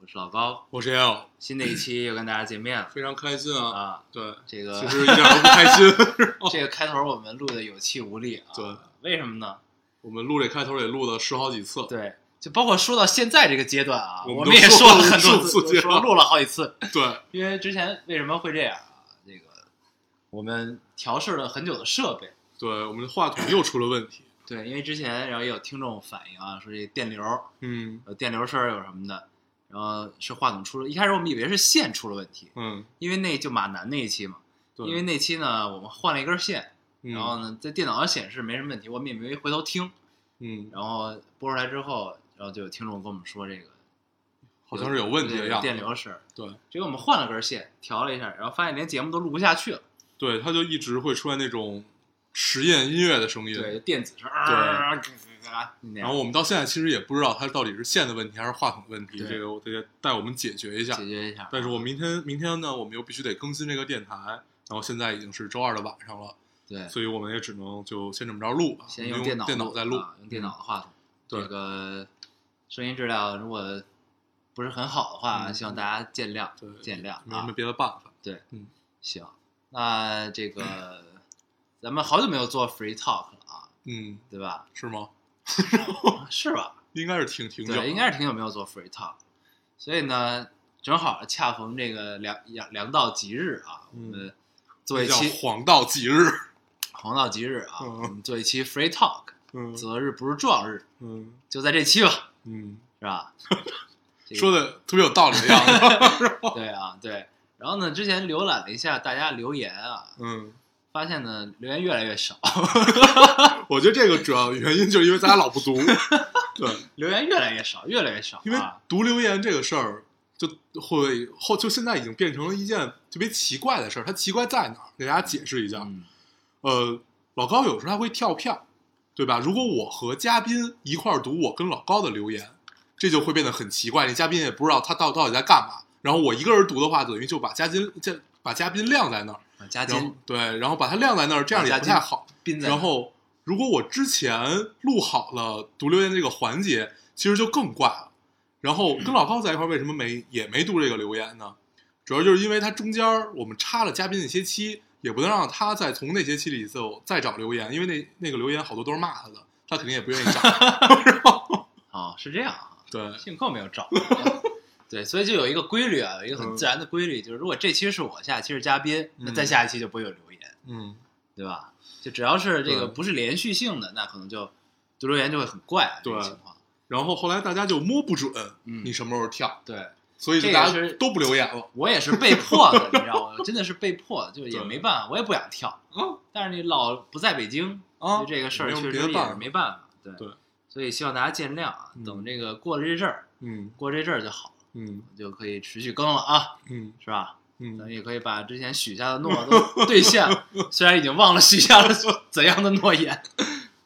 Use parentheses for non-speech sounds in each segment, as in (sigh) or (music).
我是老高。我是 L，新的一期又跟大家见面了非常开心啊！啊！对，这个其实一点都不开心。 (laughs) (laughs) 这个开头我们录的有气无力啊，对，为什么呢？我们录这开头也录了十好几次，对，就包括说到现在这个阶段啊，我我们都们也说说了了很多无数次，次说了录了好几次，对因为之前为什么会这样啊？这个我们调试了很久的设备，对，我们的话筒又出了问题。对，因为之前然后也有听众反映啊，说这电流嗯有电流声儿有什么的，然后是话筒出了，一开始我们以为是线出了问题，嗯，因为那就马南那一期嘛。对，因为那期呢，我们换了一根线，嗯然后呢，在电脑上显示没什么问题，我们也没回头听。嗯，然后播出来之后，然后就有听众跟我们说这个好像是有问题这的个样电子。流声儿。对结果我们换了根线，调了一下，然后发现连节目都录不下去了。对，它就一直会出现那种实验音乐的声音。对，电子声儿，对啊那样然后我们到现在其实也不知道它到底是线的问题还是话筒的问题，对这个我得带我们解决一下解。决一下。但是我明天明天呢，我们又必须得更新这个电台，然后现在已经是周二的晚上了，对，所以我们也只能就先这么着录吧，先我们电电脑脑再录。嗯啊用电脑的话筒。对这个声音质量如果不是很好的话，嗯希望大家见谅对，见谅啊。没什么别的办法。行，那这个咱们好久没有做 free talk 了啊，嗯，对吧？是吗？是吧？应啊该是挺挺久的，对，应该是挺久没有做 free talk，所以呢，正好恰逢这个良良良道吉日啊，我嗯们做一叫期黄道吉日。黄道吉日啊，嗯我们做一期 free talk， (laughs) 嗯择日不如撞日，嗯就在这期吧，嗯，是吧？这个 (laughs) 说的特别有道理 (laughs) 的样子。对啊，对。然后呢，之前浏览了一下大家留言啊，嗯，发现呢留言越来越少， (laughs) 我觉得这个主要原因就是因为咱俩老不读，对，留言越来越少，越来越少、啊，因为读留言这个事儿。就会后就现在已经变成了一件特别奇怪的事儿，它奇怪在哪儿？给大家解释一下。嗯。呃，老高有时候还会跳票，对吧？如果我和嘉宾一块儿读我跟老高的留言，这就会变得很奇怪，那嘉宾也不知道他到到底在干嘛。然后我一个人读的话，等于就把嘉宾这把嘉宾晾在那儿，啊，加然后金对，然后把他晾在那儿，这样也不太好。斌子，然后如果我之前录好了读留言这个环节，其实就更怪了。然后跟老高在一块儿，为什么没也没读这个留言呢？主要就是因为他中间儿我们插了嘉宾那些期，也不能让他再从那些期里头再找留言，因为那那个留言好多都是骂他的，他肯定也不愿意 (laughs) 找。然后哦，是这样啊，对，幸亏没有找。 (laughs) 对，所以就有一个规律啊，有一个很自然的规律，就是如果这期是我，下期是嘉宾，那嗯再下一期就不会有留言，嗯，对吧？就只要是这个对不是连续性的，那可能就读留言就会很怪、啊、这个对情况。然后后来大家就摸不准嗯你什么时候跳，对，所以这就也大是家都不留言了。我也是被迫的，你知道吗？真的是被迫的，就也对没办法，我也不想跳。嗯但是你老不在北京，啊就这个事儿没有确别实的也办是法没办法。对，对所以希望大家见谅啊，嗯等这个过了这阵儿，嗯过这阵儿就好了，嗯就可以持续更了啊。嗯是吧？咱嗯，们也可以把之前许下的诺都兑现了，虽然已经忘了许下了怎样的诺言。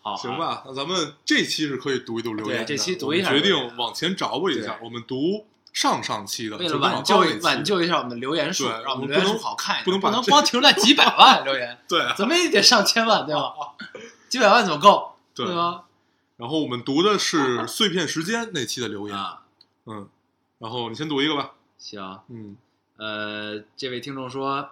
好、啊行，吧，那咱们这期是可以读一读留言的，对这期读我们一下决留言啊定往前找补一下，我们读上上期的，为就了跟老挽救高那期挽，救一下我们的留言数，对让我们我们留言不数能好看一点，不能把能这光停留在几百万留言，对怎么也得上千万对吧？几百万怎么够？对吧？然后我们读的是碎片时间那期的留言，啊，嗯，然后你先读一个吧，行，嗯呃，这位听众说，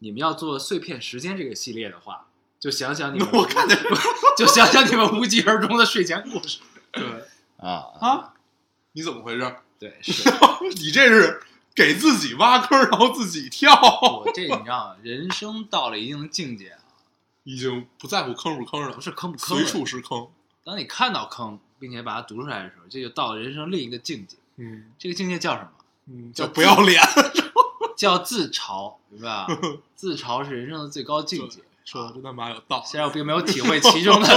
你们要做碎片时间这个系列的话，就想想你们， (laughs) 我看见 (laughs) 就想想你们无疾而终的睡前故事对啊啊，你怎么回事？对是。 (laughs) 你这是给自己挖坑，然后自己跳， (laughs) 我这你知道吗，人生到了一定的境界啊，已经不在乎坑不坑了不，是坑不坑随了，处是坑，当你看到坑，并且把它读出来的时候，这就到了人生另一个境界。嗯这个境界叫什么？嗯，叫叫不要脸，叫自嘲，明白吧？自嘲是人生的最高境界。 (laughs) 说的真他妈有道理，虽然我并没有体会其中的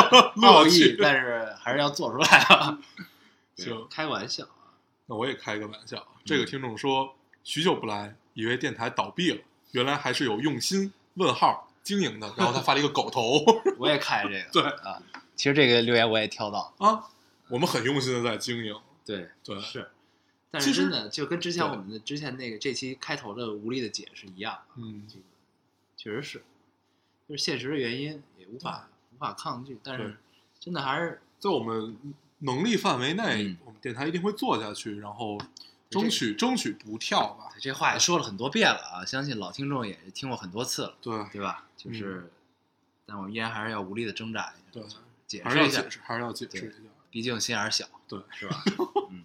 奥义趣，但是还是要做出来啊。 (laughs) 对行开个玩笑啊，那我也开个玩嗯笑，这个听众说，许久不来，以为电台倒闭了，原来还是有用心。问号经营的，然后他发了一个狗头 (laughs) 我也看见这个，对啊，其实这个留言我也挑到，啊，我们很用心的在经营，对，对，是，但嗯其是实真的就跟之前对我们的之前那个这期开头的无力的解释一样，嗯，这个确实是，就是现实的原因也无法无法抗拒，但对是真的还是在我们能力范围内，嗯我们电台一定会做下去，然后争取争取不跳吧，哎这话也说了很多遍了啊，相信老听众也听过很多次了，对，对吧？就是，但我们依然还是要无力的挣扎一下，嗯对，解还是释要一下解，释，还是要解释一下。毕竟心眼儿小，对，是 (laughs) 吧？嗯，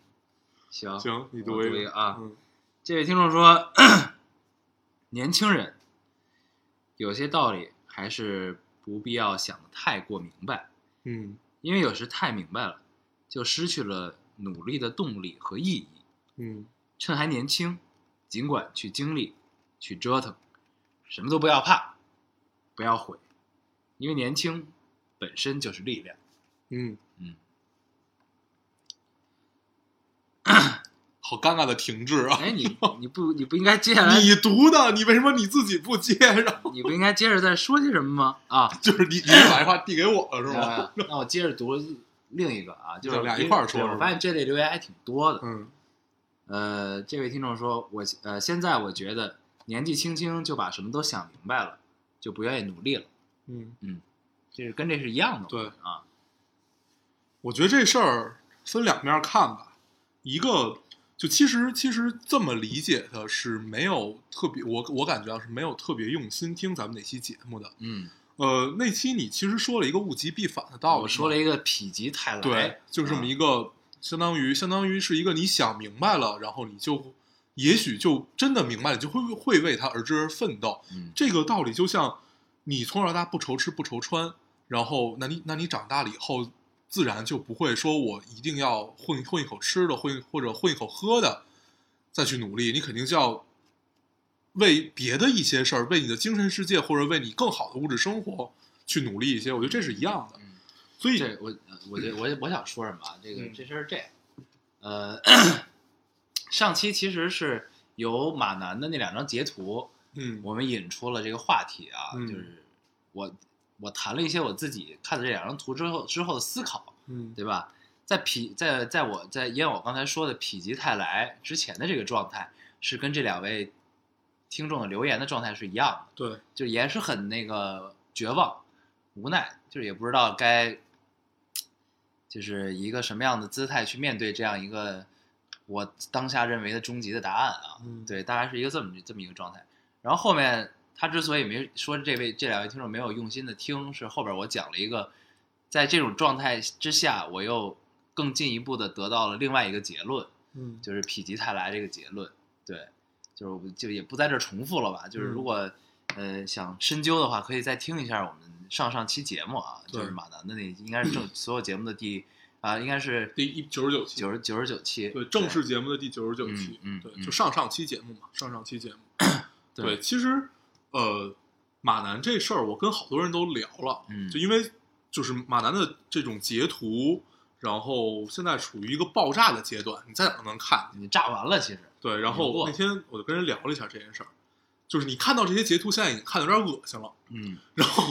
行行，你我一读一个啊嗯这位听众说，年轻人有些道理还是不必要想的太过明白，嗯因为有时太明白了，就失去了努力的动力和意义。嗯，趁还年轻，尽管去经历，去折腾，什么都不要怕，不要悔，因为年轻本身就是力量。嗯， (coughs) 嗯，好尴尬的停滞啊！哎，你你不你不应该接下 (laughs) 来你读的，你为什么你自己不接着？你不应该接着再说些什么吗？啊，就是你，你把这话递给我了是吗？啊 (laughs) 那我接着读另一个啊，就是咱俩一块儿说对是吧我发现这类留言还挺多的。嗯呃，这位听众说，我呃现在我觉得年纪轻轻就把什么都想明白了，就不愿意努力了，嗯，这是跟这是一样的。对啊，我觉得这事儿分两面看吧，一个就其实其实这么理解的是没有特别，我我感觉啊是没有特别用心听咱们那期节目的。嗯，哦呃，那期你其实说了一个物极必反的道理嘛，我说了一个否极泰来，嗯对，就是这么一个，相当于相当于是一个你想明白了，然后你就也许就真的明白了，你就会会为它而之而奋斗。嗯这个道理就像你从小到大不愁吃不愁穿，然后那你那你长大了以后，自然就不会说我一定要混混一口吃的，混或者混一口喝的，再去努力，你肯定就要。为别的一些事儿，为你的精神世界，或者为你更好的物质生活去努力一些，我觉得这是一样的。嗯所以，这我呃我觉得我我想说什么啊？这个嗯这事儿是这样，呃， (coughs) 上期其实是由马南的那两张截图，嗯，我们引出了这个话题啊，嗯就是我我谈了一些我自己看了这两张图之后之后的思考，嗯对吧？在否在在我在因为我刚才说的否极泰来之前的这个状态，是跟这两位听众的留言的状态是一样的，对，就是也是很那个绝望、无奈，就是也不知道该就是一个什么样的姿态去面对这样一个我当下认为的终极的答案啊。嗯，对，大概是一个这么这么一个状态。然后后面他之所以没说这位这两位听众没有用心的听，是后边我讲了一个，在这种状态之下，我又更进一步的得到了另外一个结论，嗯，就是否极泰来这个结论。对，就是我就也不在这儿重复了吧。就是嗯如果、呃想深究的话，可以再听一下我们上上期节目啊，就是对马南的那应该是 (clears throat) 正所有节目的第啊、应该是第一九十九期，九十九十九期，对正式节目的第九十九期，嗯嗯对，嗯就上上期节目嘛，上上期 (coughs) 节目，对对，其实呃，马南这事儿我跟好多人都聊了，嗯就因为就是马南的这种截图，然后现在处于一个爆炸的阶段，你在哪都能看见。你炸完了，其实对，然没后过那天我就跟人聊了一下这件事儿，就是你看到这些截图，现在已经看的有点恶心了。嗯然后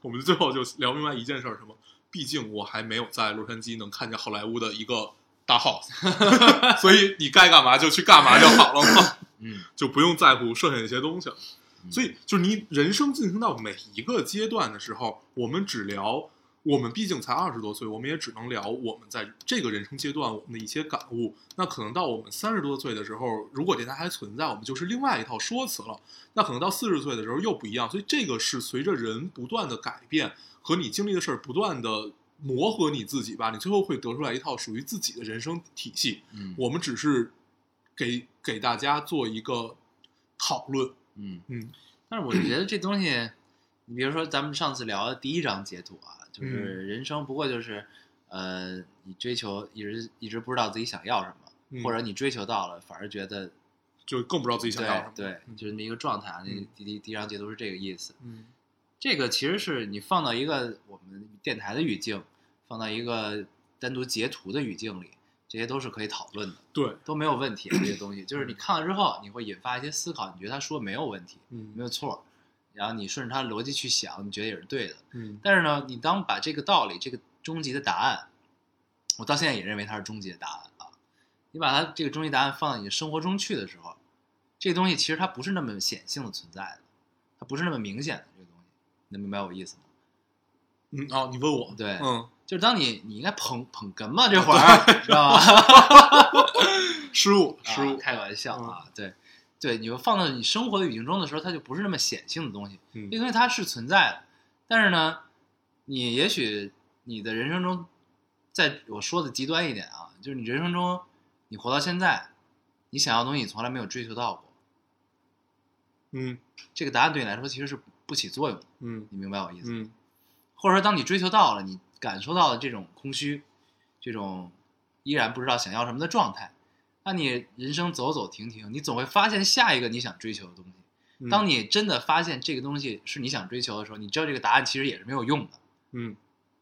我们最后就聊明白一件事儿，什么？毕竟我还没有在洛杉矶能看见好莱坞的一个大 house，所以你该干嘛就去干嘛就好了嘛，嗯就不用在乎剩下那些东西了。嗯所以就是你人生进行到每一个阶段的时候，我们只聊，我们毕竟才二十多岁，我们也只能聊我们在这个人生阶段我们的一些感悟。那可能到我们三十多岁的时候，如果电台还存在，我们就是另外一套说辞了。那可能到四十岁的时候又不一样，所以这个是随着人不断的改变和你经历的事儿不断的磨合你自己吧，你最后会得出来一套属于自己的人生体系。嗯我们只是给给大家做一个讨论，嗯嗯但是我觉得这东西，你比如说咱们上次聊的第一张截图啊，就是嗯人生不过就是，呃，你追求一直一直不知道自己想要什么，嗯或者你追求到了，反而觉得就更不知道自己想要什么。对对，嗯就是那一个状态啊。那嗯第第第一张截图是这个意思。嗯这个其实是你放到一个我们电台的语境，放到一个单独截图的语境里，这些都是可以讨论的，对，都没有问题啊。这些东西就是你看了之后，你会引发一些思考，你觉得他说没有问题，嗯没有错。然后你顺着他的逻辑去想，你觉得也是对的。嗯但是呢，你当把这个道理，这个终极的答案，我到现在也认为它是终极的答案啊。你把它这个终极答案放到你的生活中去的时候，这个东西其实它不是那么显性的存在的，它不是那么明显的这个东西，你能明白我意思吗？嗯哦，你问我对嗯，就是当你你应该捧捧哏嘛，这会儿知道吧？失误失啊误，开个玩笑啊，对对，你放到你生活的语境中的时候，它就不是那么显性的东西，嗯这个东西它是存在的，但是呢，你也许你的人生中，在我说的极端一点啊，就是你人生中你活到现在，你想要的东西你从来没有追求到过，嗯这个答案对你来说其实是不起作用的，嗯你明白我意思吗？嗯或者说，当你追求到了，你感受到了这种空虚，这种依然不知道想要什么的状态，那你人生走走停停，你总会发现下一个你想追求的东西。嗯，当你真的发现这个东西是你想追求的时候，你知道这个答案其实也是没有用的，嗯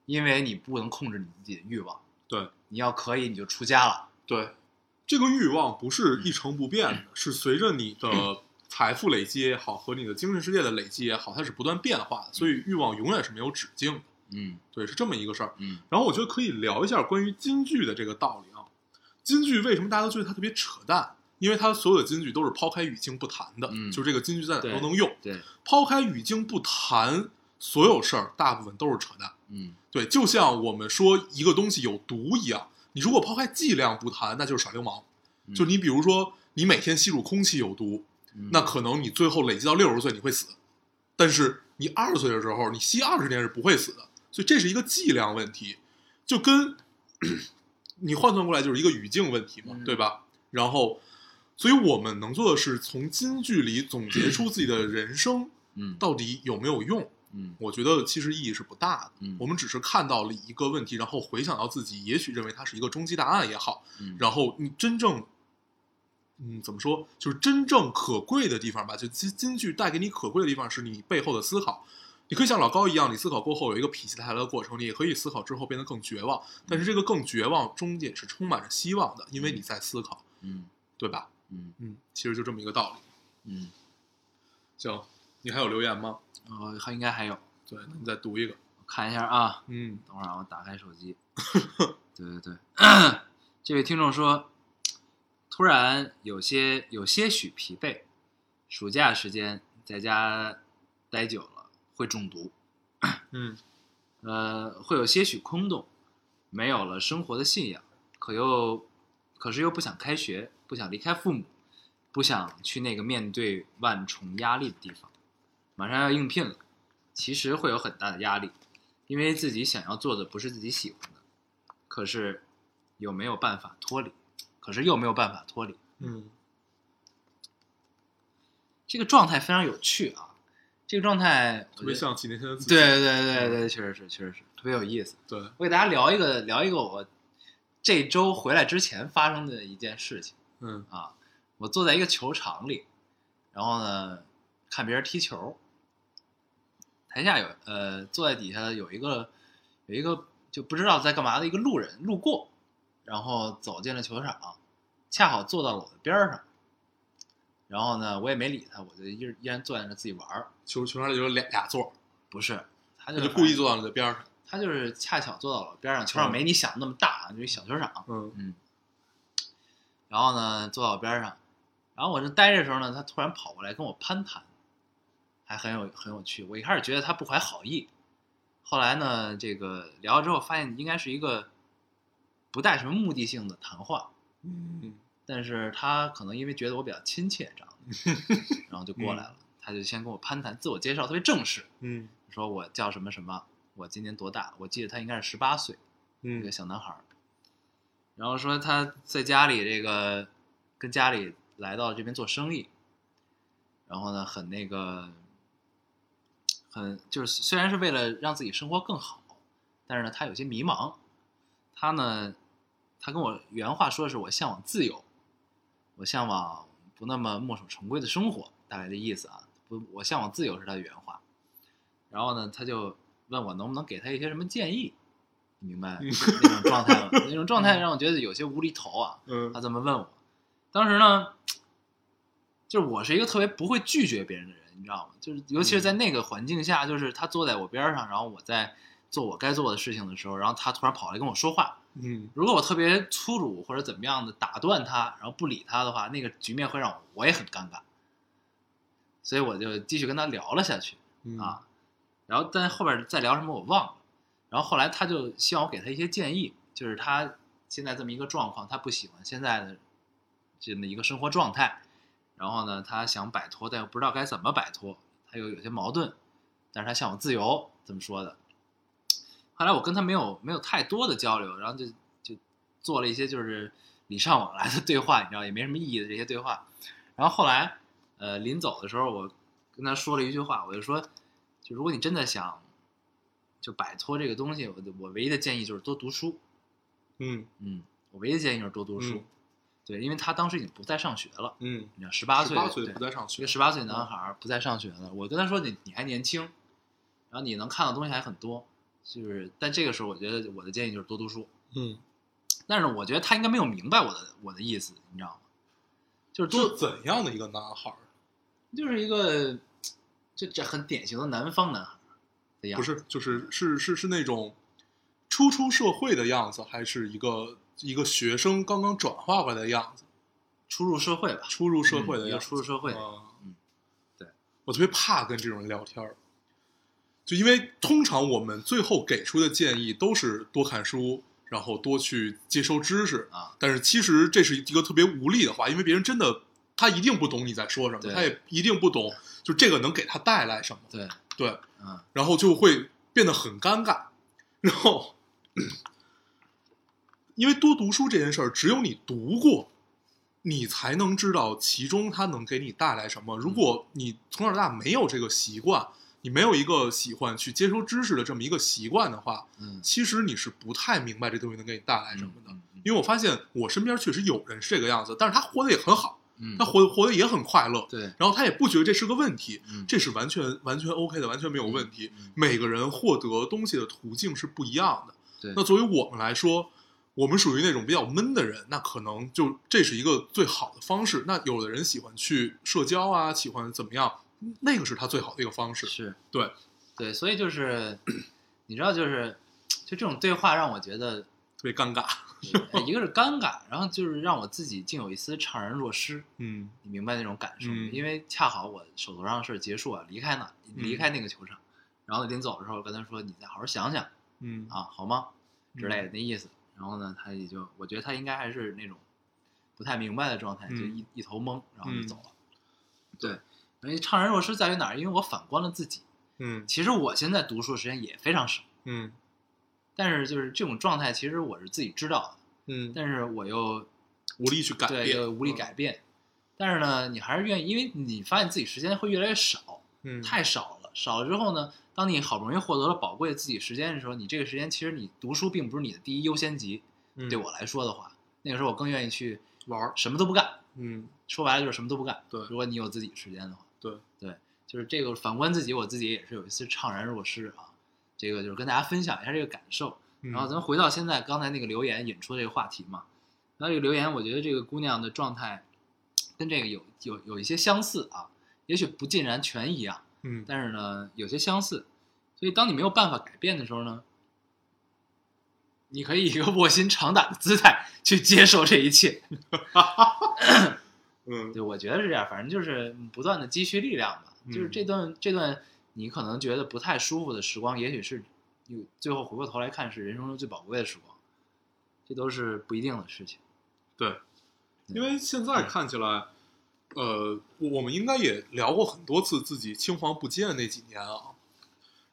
因为你不能控制你自己的欲望。对，你要可以你就出家了。对，这个欲望不是一成不变的，是随着你的财富累积也好和你的精神世界的累积也好，它是不断变化的，所以欲望永远是没有止境的。嗯对，是这么一个事儿。嗯然后我觉得可以聊一下关于金句的这个道理啊。金句为什么大家都觉得它特别扯淡？因为它所有的金句都是抛开语境不谈的，嗯就是这个金句在哪都能用。对，抛开语境不谈，所有事儿大部分都是扯淡。嗯对，就像我们说一个东西有毒一样，你如果抛开剂量不谈，那就是耍流氓。嗯就你比如说，你每天吸入空气有毒，嗯那可能你最后累积到六十岁你会死，但是你二十岁的时候，你吸二十年是不会死的，所以这是一个剂量问题，就跟 (clears throat) 你换算过来就是一个语境问题嘛，嗯对吧？然后，所以我们能做的是从金句里总结出自己的人生嗯到底有没有用，嗯我觉得其实意义是不大的。嗯我们只是看到了一个问题，然后回想到自己，也许认为它是一个终极答案也好，嗯然后你真正，嗯，怎么说，就是真正可贵的地方吧，就金金句带给你可贵的地方是你背后的思考。你可以像老高一样，你思考过后有一个否极泰来的过程，你也可以思考之后变得更绝望，但是这个更绝望中间也是充满着希望的，因为你在思考，嗯对吧？嗯嗯，其实就这么一个道理。嗯，行，你还有留言吗？呃，还应该还有，对，那你再读一个。我看一下啊。嗯等会儿啊，我打开手 (laughs) 机。对对对， (clears throat) 这位听众说，突然有些有些许疲惫，暑假时间在家待久了会中毒，嗯呃，会有些许空洞，没有了生活的信仰，可又可是又不想开学，不想离开父母，不想去那个面对万重压力的地方。马上要应聘了，其实会有很大的压力，因为自己想要做的不是自己喜欢的，可是又没有办法脱离，可是又没有办法脱离。嗯这个状态非常有趣啊！这个状态我特别觉得，像几年前的自己。对对对对，确实是确实是特别有意思。对，我给大家聊一个聊一个我这周回来之前发生的一件事情嗯啊。我坐在一个球场里，然后呢看别人踢球，台下有呃坐在底下的有一个有一个就不知道在干嘛的一个路人路过，然后走进了球场，恰好坐到了我的边儿上。然后呢，我也没理他，我就依依然坐在那儿自己玩儿。球球场里有俩俩座儿，不是，他他就就故意坐到你的边儿上。他就是恰巧坐到了我边上，球场没你想的那么大，啊就是一小球场。嗯嗯，然后呢，坐到我边上，然后我正待着的时候呢，他突然跑过来跟我攀谈，还很有很有趣。我一开始觉得他不怀好意，后来呢，这个聊了之后发现应该是一个不带什么目的性的谈话，嗯但是他可能因为觉得我比较亲切，长得，然后就过来了。他就先跟我攀谈，自我介绍特别正式，嗯说我叫什么什么，我今年多大？我记得他应该是十八岁，一个嗯小男孩儿。然后说他在家里这个跟家里来到这边做生意，然后呢很那个，很就是虽然是为了让自己生活更好，但是呢他有些迷茫。他呢，他跟我原话说的是我向往自由，我向往不那么墨守成规的生活，大概的意思啊。不，我向往自由是他的原话。然后呢，他就问我能不能给他一些什么建议，你明白那种状态吗？那种状态让我觉得有些无厘头啊。嗯他这么问我，当时呢，就是我是一个特别不会拒绝别人的人，你知道吗？就是尤其是在那个环境下，就是他坐在我边上，然后我在做我该做的事情的时候，然后他突然跑来跟我说话，嗯如果我特别粗鲁或者怎么样的打断他，然后不理他的话，那个局面会让我也很尴尬，所以我就继续跟他聊了下去。嗯，啊，然后但后边再聊什么我忘了。然后后来他就希望我给他一些建议，就是他现在这么一个状况，他不喜欢现在的这么一个生活状态。然后呢，他想摆脱，但又不知道该怎么摆脱，他又有些矛盾。但是他向我自由，这么说的。后来我跟他没有没有太多的交流，然后就就做了一些就是礼尚往来的对话，你知道也没什么意义的这些对话。然后后来，呃，临走的时候，我跟他说了一句话，我就说，就如果你真的想就摆脱这个东西，我的我唯一的建议就是多读书。嗯嗯，我唯一的建议就是多读书。嗯对，因为他当时已经不再上学了，嗯，你知道，十八十岁，八岁对不再嗯上一个学，十八岁男孩儿不再上学了。我跟他说你你还年轻，然后你能看到东西还很多，就是但这个时候我觉得我的建议就是多读书。嗯，但是我觉得他应该没有明白我的我的意思，你知道吗？就是多是怎样的一个男孩儿？就是一个这这很典型的南方男孩儿的样不子，是，就是是是是那种初出社会的样子，还是一个一个学生刚刚转化回来的样子，初入社会吧，初入社会嗯的一个样子，初入社会，嗯嗯，对，我特别怕跟这种人聊天儿，就因为通常我们最后给出的建议都是多看书，然后多去接收知识啊。但是其实这是一个特别无力的话，因为别人真的他一定不懂你在说什对么，他也一定不懂，就这个能给他带来什么。对，对，嗯，然后就会变得很尴尬。然后，因为多读书这件事儿，只有你读过，你才能知道其中它能给你带来什嗯么。如果你从小到大没有这个习惯，你没有一个喜欢去接收知识的这么一个习惯的话，嗯，其实你是不太明白这东西能给你带来什么嗯的。嗯因为我发现我身边确实有人是这个样子，但是他活得也很好，嗯，他活得活得也很快乐，对，然后他也不觉得这是个问题，嗯这是完全完全 OK 的，完全没有问题。嗯嗯每个人获得东西的途径是不一样的。对那作为我们来说，我们属于那种比较闷的人，那可能就这是一个最好的方式。那有的人喜欢去社交啊，喜欢怎么样，那个是他最好的一个方式。是，对，对，所以就是你知道，就是就这种对话让我觉得，特别尴尬。呃一个是尴尬，然后就是让我自己竟有一丝怅然若失，嗯你明白那种感受吗？嗯因为恰好我手头上的事儿结束啊，离开那离嗯开那个球场，然后临走的时候跟他说：“你再好好想想嗯啊，好吗？”之类的嗯那意思。然后呢，他也就我觉得他应该还是那种不太明白的状态，就嗯一一头懵，然后就嗯走了。对，而且怅然若失在于哪儿？因为我反观了自己，嗯其实我现在读书的时间也非常少，嗯但是就是这种状态，其实我是自己知道的，嗯，但是我又无力去改对变，嗯又无力改变。但是呢，你还是愿意，因为你发现自己时间会越来越少，嗯。嗯太少了。少了之后呢，当你好不容易获得了宝贵的自己时间的时候，你这个时间其实你读书并不是你的第一优先级。嗯对我来说的话，那个时候我更愿意去玩儿，什么都不干，嗯，说白了就是什么都不干。对如果你有自己时间的话，对对，就是这个反观自己，我自己也是有一次怅然若失啊。这个就是跟大家分享一下这个感受。嗯然后咱们回到现在刚才那个留言引出这个话题嘛，然后这个留言，我觉得这个姑娘的状态跟这个有有有一些相似啊，也许不尽然全一样，嗯但是呢有些相似。所以当你没有办法改变的时候呢，你可以以一个卧薪尝胆的姿态去接受这一切。嗯对，我觉得是这样，反正就是不断的积蓄力量吧。就是嗯这段这段你可能觉得不太舒服的时光，也许是有最后回过头来看是人生中最宝贵的时光，这都是不一定的事情。对，因为现在看起来，呃，我我们应该也聊过很多次自己青黄不接的那几年啊。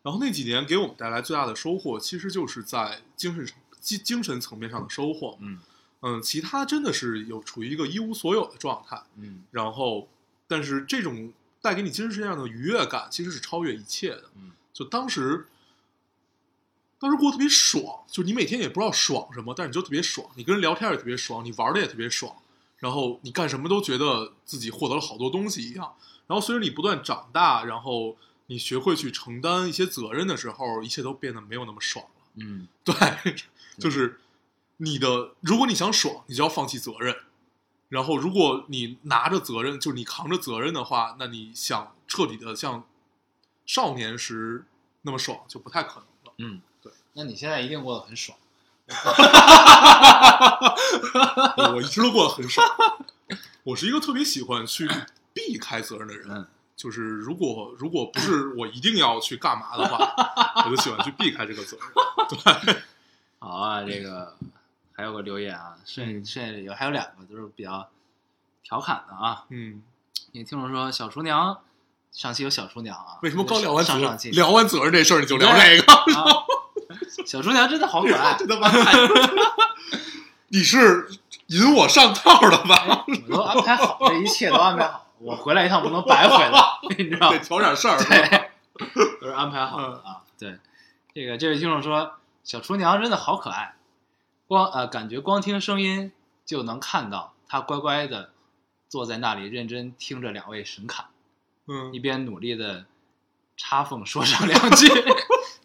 然后那几年给我们带来最大的收获，其实就是在精神精精神层面上的收获。嗯嗯，其他真的是有处于一个一无所有的状态。嗯然后，但是这种带给你精神世界上的愉悦感，其实是超越一切的。嗯，就当时，当时过得特别爽，就你每天也不知道爽什么，但是你就特别爽，你跟人聊天也特别爽，你玩的也特别爽，然后你干什么都觉得自己获得了好多东西一样。然后随着你不断长大，然后你学会去承担一些责任的时候，一切都变得没有那么爽了。嗯， (laughs) 对，就是你的，如果你想爽，你就要放弃责任，然后，如果你拿着责任，就是你扛着责任的话，那你想彻底的像少年时那么爽，就不太可能了。嗯，对。那你现在一定过得很爽。我一直都过得很爽。我是一个特别喜欢去避开责任的人，嗯就是如果如果不是我一定要去干嘛的话，我就喜欢去避开这个责任。对，好啊，这个还有个留言啊，剩剩下有还有两个都是比较调侃的啊。嗯，你听众说小厨娘，上期有小厨娘啊，为什么刚聊完责上上任期，聊完责任这事儿你就聊这个？啊？小厨娘真的好可爱， (laughs) 真的吗？你是引我上套了吧？我都安排好，这一切都安排好，我回来一趟不能白回来， (laughs) 你知道吗得？挑点事儿。都是安排啊好的啊。对，这个这位听众说，小厨娘真的好可爱，光呃感觉光听声音就能看到她乖乖的坐在那里认真听着两位神侃，嗯一，边努力的插缝说上两 (laughs) 句，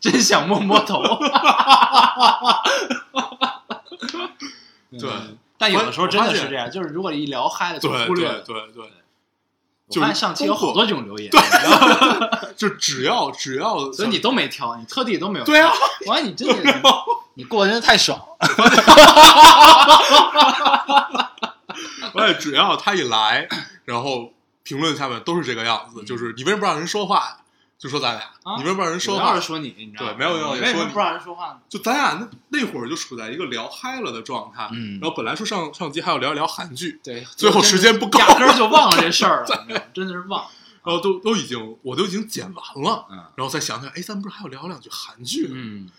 真想摸摸头。对嗯但有的时候真的是这样，就是如果一聊嗨了就对忽略对了。对对， (laughs) 我看上期有好多这种留言，然后就只要只要，所以 (laughs) 你都没挑，你特地都没有挑。对啊，我说你真的，你过得真的太爽了。而且只要他一来，然后评论下面都是这个样子，嗯就是你为什么不让人说话呀？就说咱俩，啊你为什么不让人说主要话是？说你，你知道吗？对没有没有你为什说么你不让人说话呢？就咱俩那那会儿就处在一个聊嗨了的状态，嗯然后本来说上上集还要聊一聊韩剧，对，最后时间不够压根儿就忘了这事 (laughs) 儿了，你知道吗真的是忘了。然后都都已经我都已经剪完了，嗯然后再想想，哎，咱们不是还要聊两句韩剧呢、 (laughs) 嗯，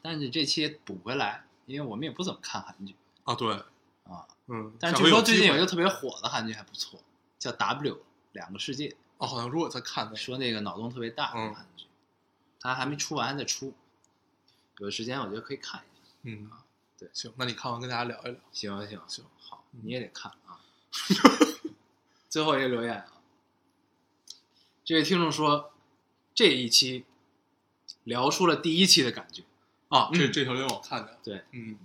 但是这期补回来，因为我们也不怎么看韩剧，啊？对，啊，嗯，但下是回据说机最近有一会个特别火的韩剧还不错，叫《W 两个世界哦，好像如果再看那》，个，说那个脑洞特别大的嗯韩剧，它还没出完，还在出，有时间我觉得可以看一下。嗯，对行，那你看完跟大家聊一聊，行行行，嗯好，你也得看 (laughs) 啊。最后一个留言啊，这位听众说，这一期聊出了第一期的感觉。啊，这嗯这条留言我看见了，对，嗯，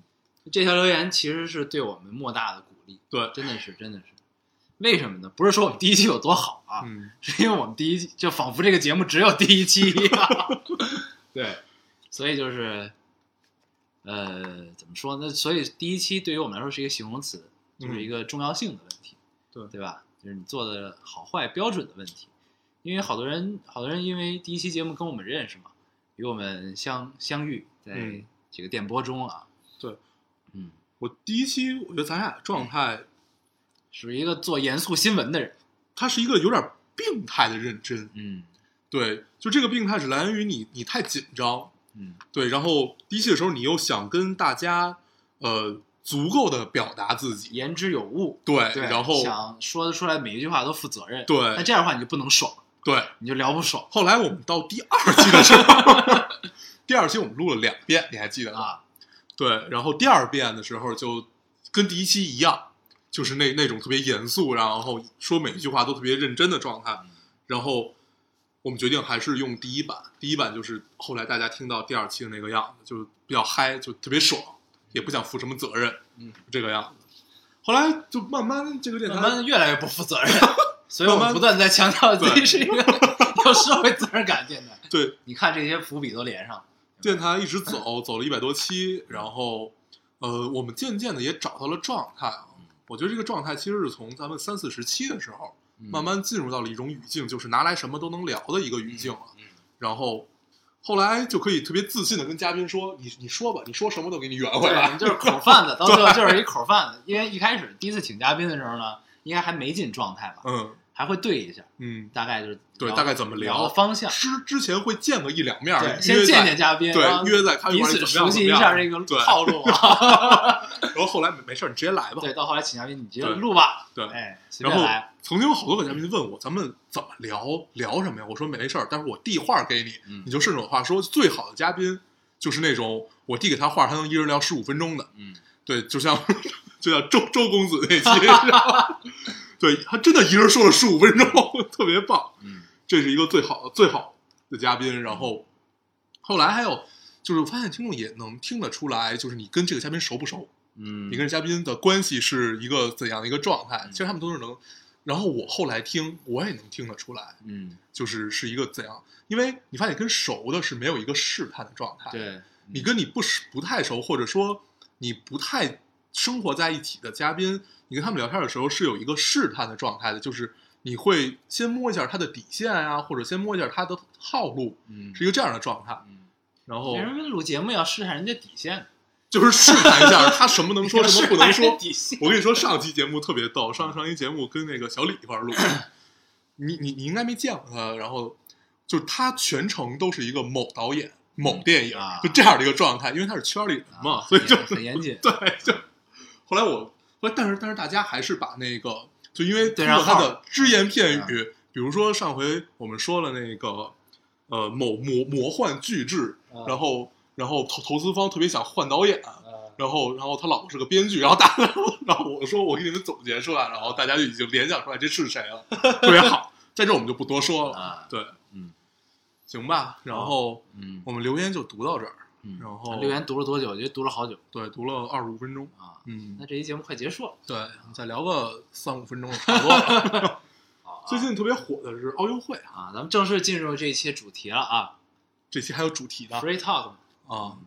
这条留言其实是对我们莫大的鼓励，对，真的是，真的是。为什么呢？不是说我们第一期有多好啊，嗯，是因为我们第一期就仿佛这个节目只有第一期一样。 (laughs) 对，所以就是，呃，怎么说呢？所以第一期对于我们来说是一个形容词，就是一个重要性的问题，嗯对对吧？就是你做的好坏标准的问题，因为好多人，好多人因为第一期节目跟我们认识嘛，与我们相相遇在嗯这个电波中啊，对，嗯，我第一期我觉得咱俩状态属于一个做严肃新闻的人，它是一个有点病态的认真。嗯对，就这个病态是来源于你你太紧张，嗯对，然后低气的时候你又想跟大家呃足够的表达自己，言之有物，对，对，然后想说得出来每一句话都负责任，对那这样的话你就不能爽，对，你就聊不爽后来我们到第二期的时候， (laughs) 第二期我们录了两遍，你还记得吗？啊，对，然后第二遍的时候就跟第一期一样，就是那那种特别严肃，然后说每一句话都特别认真的状态。嗯然后我们决定还是用第一版，第一版就是后来大家听到第二期的那个样子，就是比较嗨，就特别爽，也不想负什么责任，嗯，这个样子。后来就慢慢这个电台慢慢越来越不负 (laughs) 责任，所以我们慢慢不断地在强调自己对是一个有社会责任感的电台。对你看这些伏笔都连上了，电台一直走， (laughs) 走了一百多期，然后呃，我们渐渐的也找到了状态啊。我觉得这个状态其实是从咱们三四十期的时候。嗯慢慢进入到了一种语境，就是拿来什么都能聊的一个语境了。嗯嗯然后后来就可以特别自信的跟嘉宾说：“你你说吧，你说什么都给你圆回对，我来。们就是口贩子，到最后就是一口贩子。因为一开始第一次请嘉宾的时候呢，应该还没进状态”吧， (laughs) 嗯还会对一下，嗯，大概就是对聊大概怎么聊聊的方向，之之前会见个一两面儿，对，约先见在见嘉宾，然后对，约在咖啡彼馆里此怎么熟样悉一下这怎个么样对，套路 (laughs) 啊。然后后来没没事儿，你直接来吧。对，到后来请嘉宾，你直接对录吧，对哎，随然便后来，曾经有好多个嘉宾问我，咱们怎么聊聊什么呀？我说没事儿，但是我递话给你，嗯你就顺着我话说。最好的嘉宾就是那种我递给他话，他能一人聊十五分钟的。嗯，对，就像就像周周公子那期，然后 (laughs) 对他真的一人说了十五分钟， (laughs) 特别棒。嗯，这是一个最好的最好的嘉宾。然后后来还有就是，我发现听众也能听得出来，就是你跟这个嘉宾熟不熟。嗯，你跟嘉宾的关系是一个怎样的一个状态？嗯其实他们都是能，然后我后来听，我也能听得出来，嗯，就是是一个怎样，因为你发现跟熟的是没有一个试探的状态，，对，哎嗯你跟你不熟不太熟，或者说你不太生活在一起的嘉宾，你跟他们聊天的时候是有一个试探的状态的，就是你会先摸一下他的底线啊，或者先摸一下他的套路，嗯是一个这样的状态，嗯，然后别人录节目要试探人家底线，就是试探一下他什 (laughs) 么能说，什么不能要试探人说家。底线， (laughs) 我跟你说，上期节目特别逗，上上期节目跟那个小李一块儿 (coughs) 录，你你你应该没见过他，然后就是他全程都是一个某导演、某电影、嗯啊就这样的一个状态，因为他是圈里人嘛，所以就。哎很严谨 (laughs) 对，就后来我后来但是但是大家还是把那个，就因为通对啊过他让号的儿只言片语，比如说上回我们说了那个呃某魔魔幻巨制，嗯然后然后投投资方特别想换导演，呃然后，然后他老婆是个编剧，然后大家，然后我说我给你们总结出来，然后大家就已经联想出来这是谁了，特别好，在这我们就不多说了。啊，对，嗯行吧，然后嗯我们留言就读到这儿，嗯，然后留言读了多久？我觉得读了好久对，读了二十五分钟，啊。嗯那，这期节目快结束了对，我们再聊个三五分钟就差不多了。 (laughs) 啊，啊最近特别火的是奥运会啊，啊，咱们正式进入这一期主题了啊这期还有主题呢，Free Talk 嘛。啊，嗯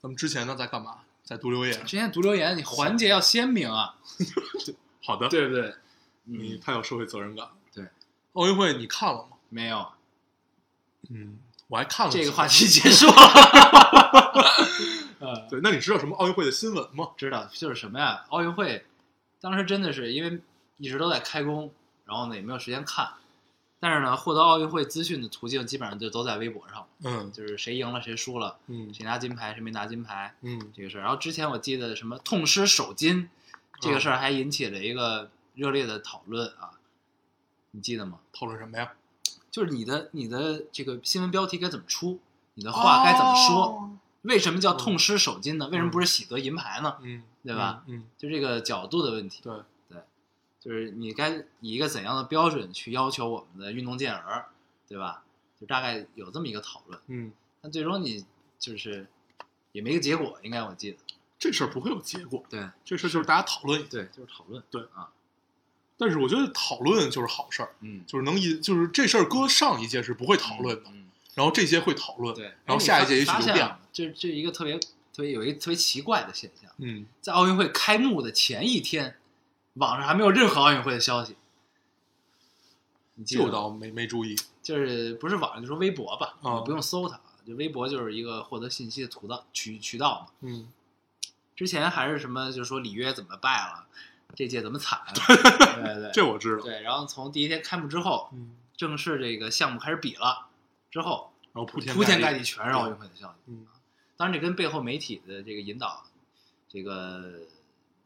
咱们之前呢在干嘛？在读留言。之前读留言，你环节要鲜明 (laughs) 啊，好的，对不对？你嗯，太有社会责任感了。对，奥运会你看了吗？没有嗯，我还看了这几个个话题结束了。 (laughs) 呃，对，那你知道什么奥运会的新闻吗？知道就是什么呀？奥运会当时真的是因为一直都在开工，然后呢也没有时间看，但是呢获得奥运会资讯的途径基本上就都在微博上，嗯就是谁赢了谁输了，嗯谁拿金牌谁没拿金牌嗯这个事儿。然后之前我记得什么痛失首金这个事儿还引起了一个热烈的讨论啊，你记得吗？讨论什么呀？就是你的你的这个新闻标题该怎么出，你的话该怎么说？哦？为什么叫痛失首金呢？为什么不是喜得银牌呢？嗯，对吧嗯？嗯，就这个角度的问题，对，就是你该以一个怎样的标准去要求我们的运动健儿，对吧？就大概有这么一个讨论，嗯，但最终你就是也没个结果，应该我记得。这事儿不会有结果，对这事儿就是大家讨论一下。对，就是讨论。但是我觉得讨论就是好事儿，嗯，就是能一就是这事儿搁上一届是不会讨论的，嗯，然后这届会讨论，对。哎然后下一届也许发就现变了。了，这这一个特别特别有一个特别奇怪的现象，嗯，在奥运会开幕的前一天，网上还没有任何奥运会的消息。你记这得吗？我倒没没注意。就是不是网上，就说微博吧，啊你不用搜它，就微博就是一个获得信息的途道渠渠道嘛。嗯，之前还是什么，就是说里约怎么败了，这届怎么 (laughs) 惨，对对这对我知道。对。然后从第一天开幕之后，嗯，正式这个项目开始比了之后，然后铺天铺天盖地。地全是奥运会的消息。嗯当然，这跟背后媒体的这个引导，这个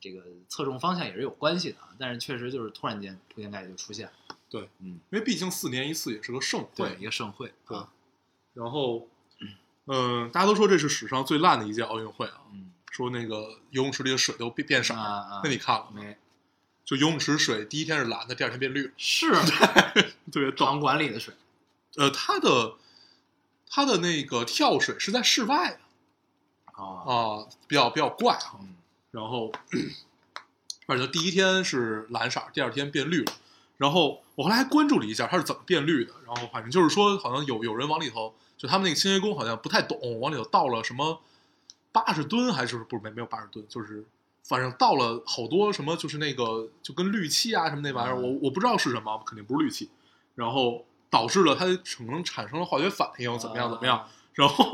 这个侧重方向也是有关系的啊。但是确实就是突然间铺天盖地就出现了，对，嗯，因为毕竟四年一次也是个盛对，会一，个盛会，对啊，然后，嗯，大家都说这是史上最烂的一届奥运会啊，嗯，说那个游泳池里的水都变变啊少了。啊，那你看了吗？没就游泳池水第一天是蓝的，第二天变绿了， (laughs) 是特别场逗。馆里的水呃，它的它的那个跳水是在室外的啊，啊、比较比较怪啊。嗯然后 (clears throat) 反正第一天是蓝色儿，第二天变绿了。然后我后来还关注了一下它是怎么变绿的，然后反正就是说，好像有有人往里头，就他们那个清洁工好像不太懂，往里头倒了什么八十吨还是不是没没有八十吨，就是反正倒了好多什么，就是那个就跟氯气啊什么那玩意儿，嗯我我不知道是什么，肯定不是氯气，然后导致了它可能产生了化学反应，怎么样怎么样，啊？然后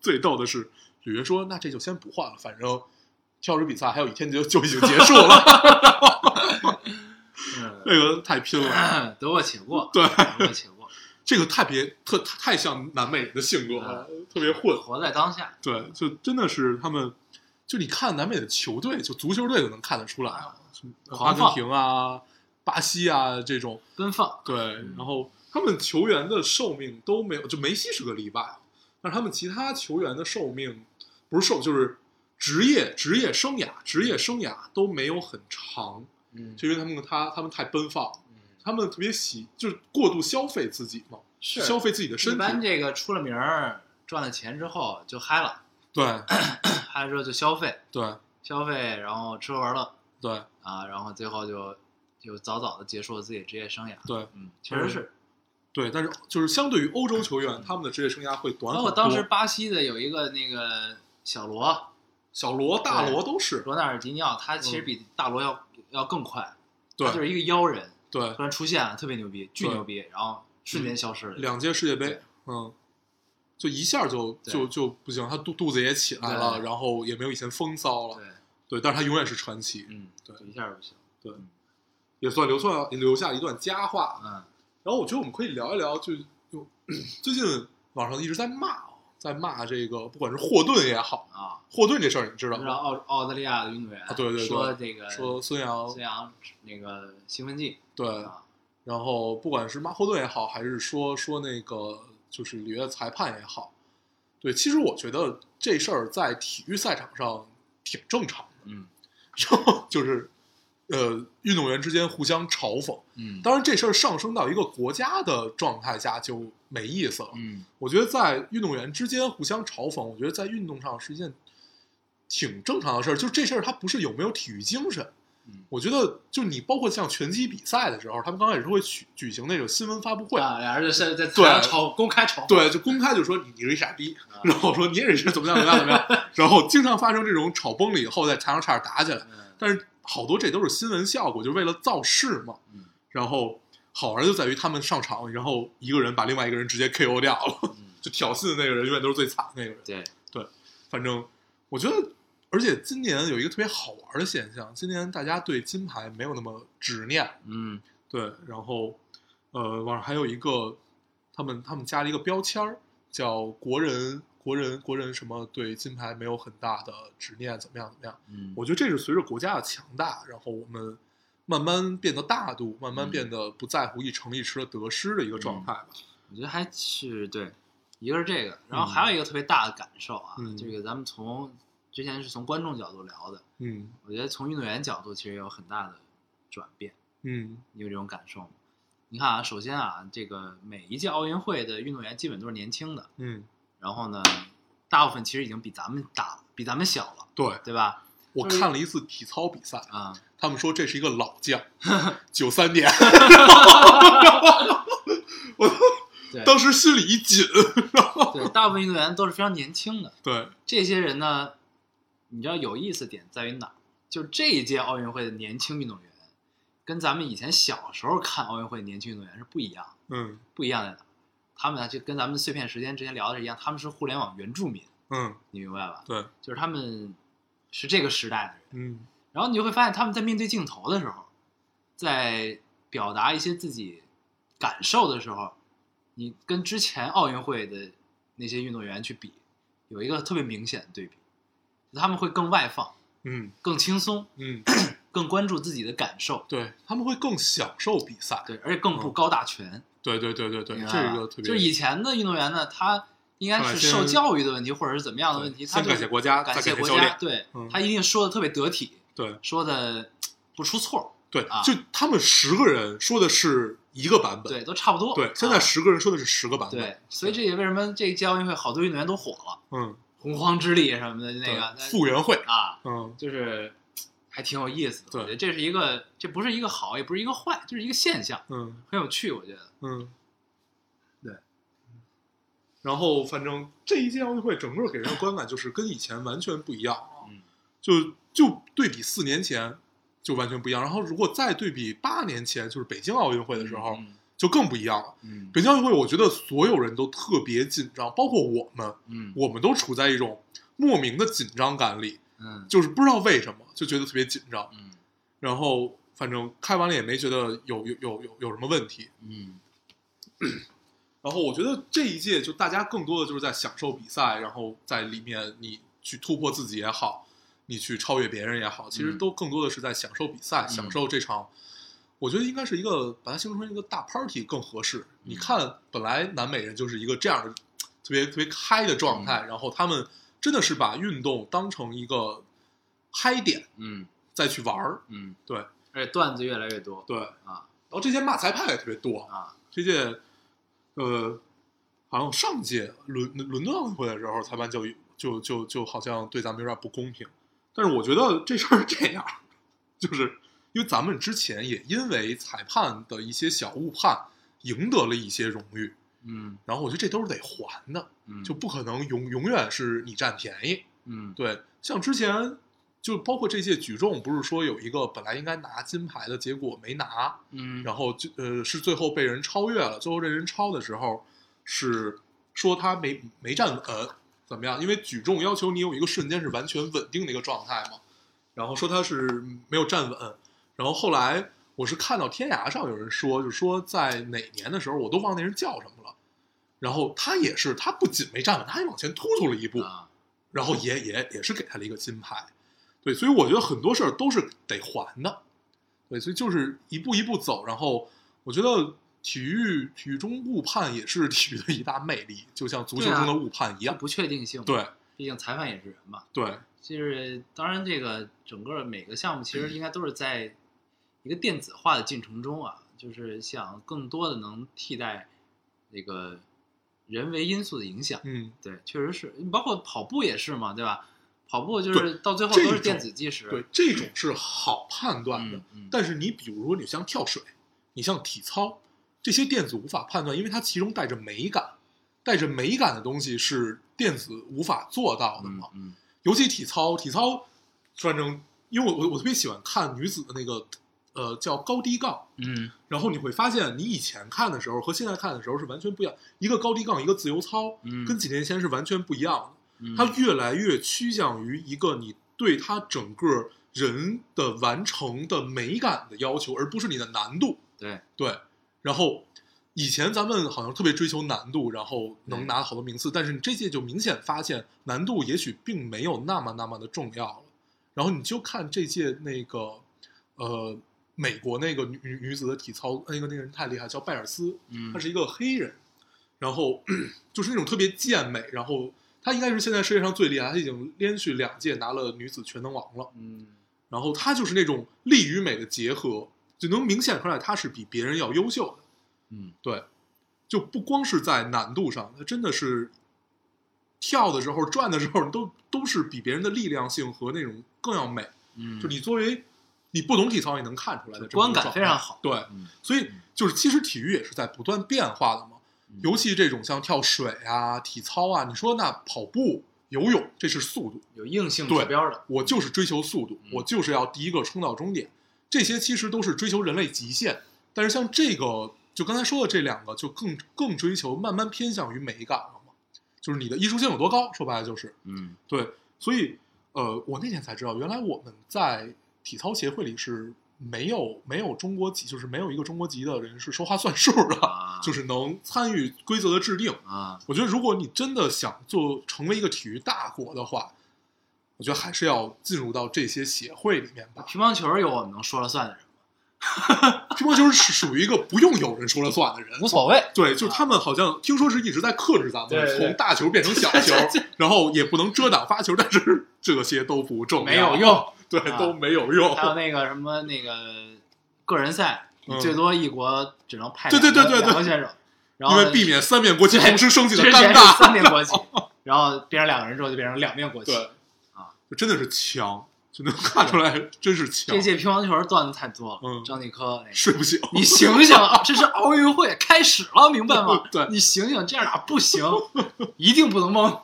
最逗的是，吕约说：“那这就先不换了，反正跳水比赛还有一天就就已经结束了， (laughs) 嗯呃这个太拼了，得过且过，哎对得过且 (laughs) 过，这个太别特太像南美人的性格嗯了，特别混。呃活在当下。对，就真的是他们，就你看南美的球队，就足球队就能看得出来啊，什么阿狂根放廷啊、巴西啊这种，奔放，对，然后他们球员的寿命都没有，就梅西是个例外，但是他们其他球员的寿命不是寿，就是职业职业生涯职业生涯都没有很长，嗯就因为他们他他们太奔放，他们特别喜就是过度消费自己嘛，是消费自己的一身般体，这个出了名儿，赚了钱之后就嗨了，对嗨了之后就消费，对，消费，然后吃喝玩乐对啊，然后最后就就早早的结束了自己的职业生涯。对嗯，确实是。对，但是就是相对于欧洲球员，他们的职业生涯会包短很括多。当时巴西的有一个那个小罗小罗、大罗都是罗纳尔迪尼奥，他其实比大罗要、要更快，对他就是一个妖人，对突然出现了，特别牛逼，巨对嗯牛逼，然后瞬间消失了。两届世界杯对，嗯，就一下就对就就不行，他肚肚子也起来了，对然后也没有以前风骚了，对，对，但是他永远是传奇，嗯，对就一下就不行。也算留算留下一段佳话。嗯，然后我觉得我们可以聊一聊，就就最近网上一直在骂，哦在骂这个，不管是霍顿也好，啊，霍顿这事儿你知道知道吗？澳澳大利亚的运动员，啊对对对说这个说孙杨孙杨那个兴奋剂对，啊，然后不管是骂霍顿也好，还是说说那个就是里约裁判也好，对，其实我觉得这事儿在体育赛场上挺正常的，嗯然后就是呃运动员之间互相嘲讽。嗯，当然，这事儿上升到一个国家的状态下就没意思了。嗯我觉得在运动员之间互相嘲讽，我觉得在运动上是一件挺正常的事儿。就这事儿，它不是有没有体育精神。嗯，我觉得，就你包括像拳击比赛的时候，他们刚开始是会举举行那种新闻发布会，啊，俩人就是在对在吵，公开吵，对，就公开就说你你是一傻逼，啊然后说你也是怎么样怎么样怎么样，然后经常发生这种吵崩了以后，在台上差点打起来。嗯但是好多这都是新闻效果，就是为了造势嘛。嗯然后好玩就在于他们上场，然后一个人把另外一个人直接 KO 掉了， (laughs) 嗯，就挑衅的那个人永远都是最惨的那个人。对，反正我觉得，而且今年有一个特别好玩的现象，今年大家对金牌没有那么执念，嗯对，然后呃，网上还有一个他们他们加了一个标签儿，叫国人国人国人什么对金牌没有很大的执念，怎么样怎么样？嗯，我觉得这是随着国家的强大，然后我们慢慢变得大度，慢慢嗯变得不在乎一城一池的得失的一个嗯状态吧。我觉得还是对，一个是这个，然后还有一个特别大的感受啊，嗯这个咱们从之前是从观众角度聊的，嗯我觉得从运动员角度其实有很大的转变，嗯你有这种感受吗？你看啊，首先啊，这个每一届奥运会的运动员基本都是年轻的，嗯，然后呢，大部分其实已经比咱们大了，比咱们小了，对对吧？我看了一次体操比赛，啊、他们说这是一个老将，九三年，对当时心里一紧。对，大部分运动员都是非常年轻的。对，这些人呢，你知道有意思点在于哪儿？就这一届奥运会的年轻运动员，跟咱们以前小时候看奥运会的年轻运动员是不一样的，嗯不一样在哪儿？他们呢就跟咱们碎片时间之前聊的一样，他们是互联网原住民，嗯，你明白吧？对，就是他们是这个时代的人。嗯然后你就会发现他们在面对镜头的时候，在表达一些自己感受的时候，你跟之前奥运会的那些运动员去比，有一个特别明显的对比，他们会更外放、嗯更轻松、嗯，更关注自己的感受，对，他们会更享受比赛。对，而且更不高大全。对对对哦对对，明这白吧是一个特别就是以前的运动员呢，他应该是受教育的问题，或者是怎么样的问题，对他先就感谢国家，再感谢谢国教家，练。对嗯他一定说的特别得体，对说的不出错，对啊，就他们十个人说的是一个版本。对，都差不多。对，现在啊十个人说的是十个版本。对，所以这也为什么这一届奥运会好多运动员都火了，嗯，洪荒之力什么的那个对那复原会，啊，嗯，就是还挺有意思的。对我觉得这是一个，这不是一个好，也不是一个坏，就是一个现象，嗯很有趣。我觉得，嗯，对。然后，反正这一届奥运会整个给人的观感就是跟以前完全不一样了，嗯就就对比四年前就完全不一样。然后，如果再对比八年前，就是北京奥运会的时候，嗯就更不一样了。嗯北京奥运会，我觉得所有人都特别紧张，包括我们，嗯我们都处在一种莫名的紧张感里，嗯就是不知道为什么就觉得特别紧张。嗯然后反正开完了也没觉得有有有有有什么问题。嗯然后我觉得这一届就大家更多的就是在享受比赛，然后在里面你去突破自己也好，你去超越别人也好，其实都更多的是在享受比赛，享受这场。我觉得应该是一个把它形容成一个大 party 更合适。你看，本来南美人就是一个这样的特别特别嗨的状态，然后他们真的是把运动当成一个嗨点嗯再去玩儿。嗯，对而且段子越来越多对，然啊后这些骂裁判也特别多，啊，这届，呃，好像上届伦伦敦奥运会的时候，裁判就就就就好像对咱们有点不公平，但是我觉得这事儿是这样，就是因为咱们之前也因为裁判的一些小误判，赢得了一些荣誉，嗯然后我觉得这都是得还的，嗯，就不可能永永远是你占便宜。嗯对，像之前就包括这届举重，不是说有一个本来应该拿金牌的，结果没拿，嗯，然后后就呃是最后被人超越了。最后这人超的时候是说他没没站稳，呃怎么样？因为举重要求你有一个瞬间是完全稳定的一个状态嘛。然后说他是没有站稳，然后后来我是看到天涯上有人说，就是说在哪年的时候，我都忘那人叫什么了。然后他也是，他不仅没站稳，他还往前突突了一步。啊，然后也也也是给他了一个金牌，对，所以我觉得很多事儿都是得还的，对，所以就是一步一步走，然后我觉得体育体育中误判也是 (laughs) 体育的一大魅力，就像足球中的误判一这样，不确定性嘛，对毕竟裁判也是人嘛。对就是当然，这个整个每个项目其实应该都是在一个电子化的进程中啊，就是想更多的能替代那个人为因素的影响。嗯，对，确实是，包括跑步也是嘛，对吧？跑步就对是到最后这都是种电子计时。对，这种是好判断的嗯，嗯但是你比如说你像跳水，你像体操，这些电子无法判断，因为它其中带着美感，带着美感的东西是电子无法做到的嗯嘛，嗯尤其体操，体操，反正因为我我我特别喜欢看女子的那个呃叫高低杠，嗯然后你会发现你以前看的时候和现在看的时候是完全不一样，一个高低杠，一个自由操，嗯，跟几年前是完全不一样的，嗯它越来越趋向于一个你对它整个人的完成的美感的要求，而不是你的难度。对对，然后以前咱们好像特别追求难度，然后能嗯拿好多名次，但是你这届就明显发现难度也许并没有那么那么的重要了。然后你就看这届那个呃美国那个女女女子的体操，那个那个人太厉害，叫拜尔斯，嗯他是一个黑人，然后 (clears throat) 就是那种特别健美，然后他应该是现在世界上最厉害，他已经连续两届拿了女子全能王了。嗯然后他就是那种力与美的结合，就能明显出来他是比别人要优秀的。嗯对，就不光是在难度上，他真的是跳的时候、转的时候都都是比别人的力量性和那种更要美。嗯，就你作为你不懂体操，也能看出来的这么一观个感状非态常好。对，嗯所以就是其实体育也是在不断变化的嘛嗯，尤其这种像跳水啊、体操啊，你说那跑步、游泳，这是速度，有硬性对指标的。我就是追求速度嗯，我就是要第一个冲到终点。这些其实都是追求人类极限，但是像这个，就刚才说的这两个，就更更追求慢慢偏向于美感了嘛，就是你的艺术性有多高，说白了就是嗯对。所以，呃，我那天才知道，原来我们在体操协会里是没有没有中国籍，就是没有一个中国籍的人是说话算数的， (laughs) 啊，就是能参与规则的制定。啊，我觉得，如果你真的想做成为一个体育大国的话，我觉得还是要进入到这些协会里面吧。乒乓球有我们能说了算的人吗，乒乓球是属于一个不用有人说了算的人，无所谓。对，就是他们好像听说是一直在克制咱对们，对从大球变成小 (laughs) 球这，然后也不能遮挡发球，但是这些都不重要，没有用，对，啊都没有用。还有那个什么那个个人赛，嗯你最多一国只能派对两个对对对对两个选手，然因后为避免三面国旗对同时升起之的前是尴尬，三面国 (laughs) 旗，然后变成两个人之后就变成两面国旗。对，啊，就真的是强，就能看出来，真是强这，届乒乓球段子太多了，嗯张继科那个。睡不醒。？你醒醒啊！这是奥运会开始了，明白吗对你醒醒，这样打不行，一定不能 (laughs) 蒙。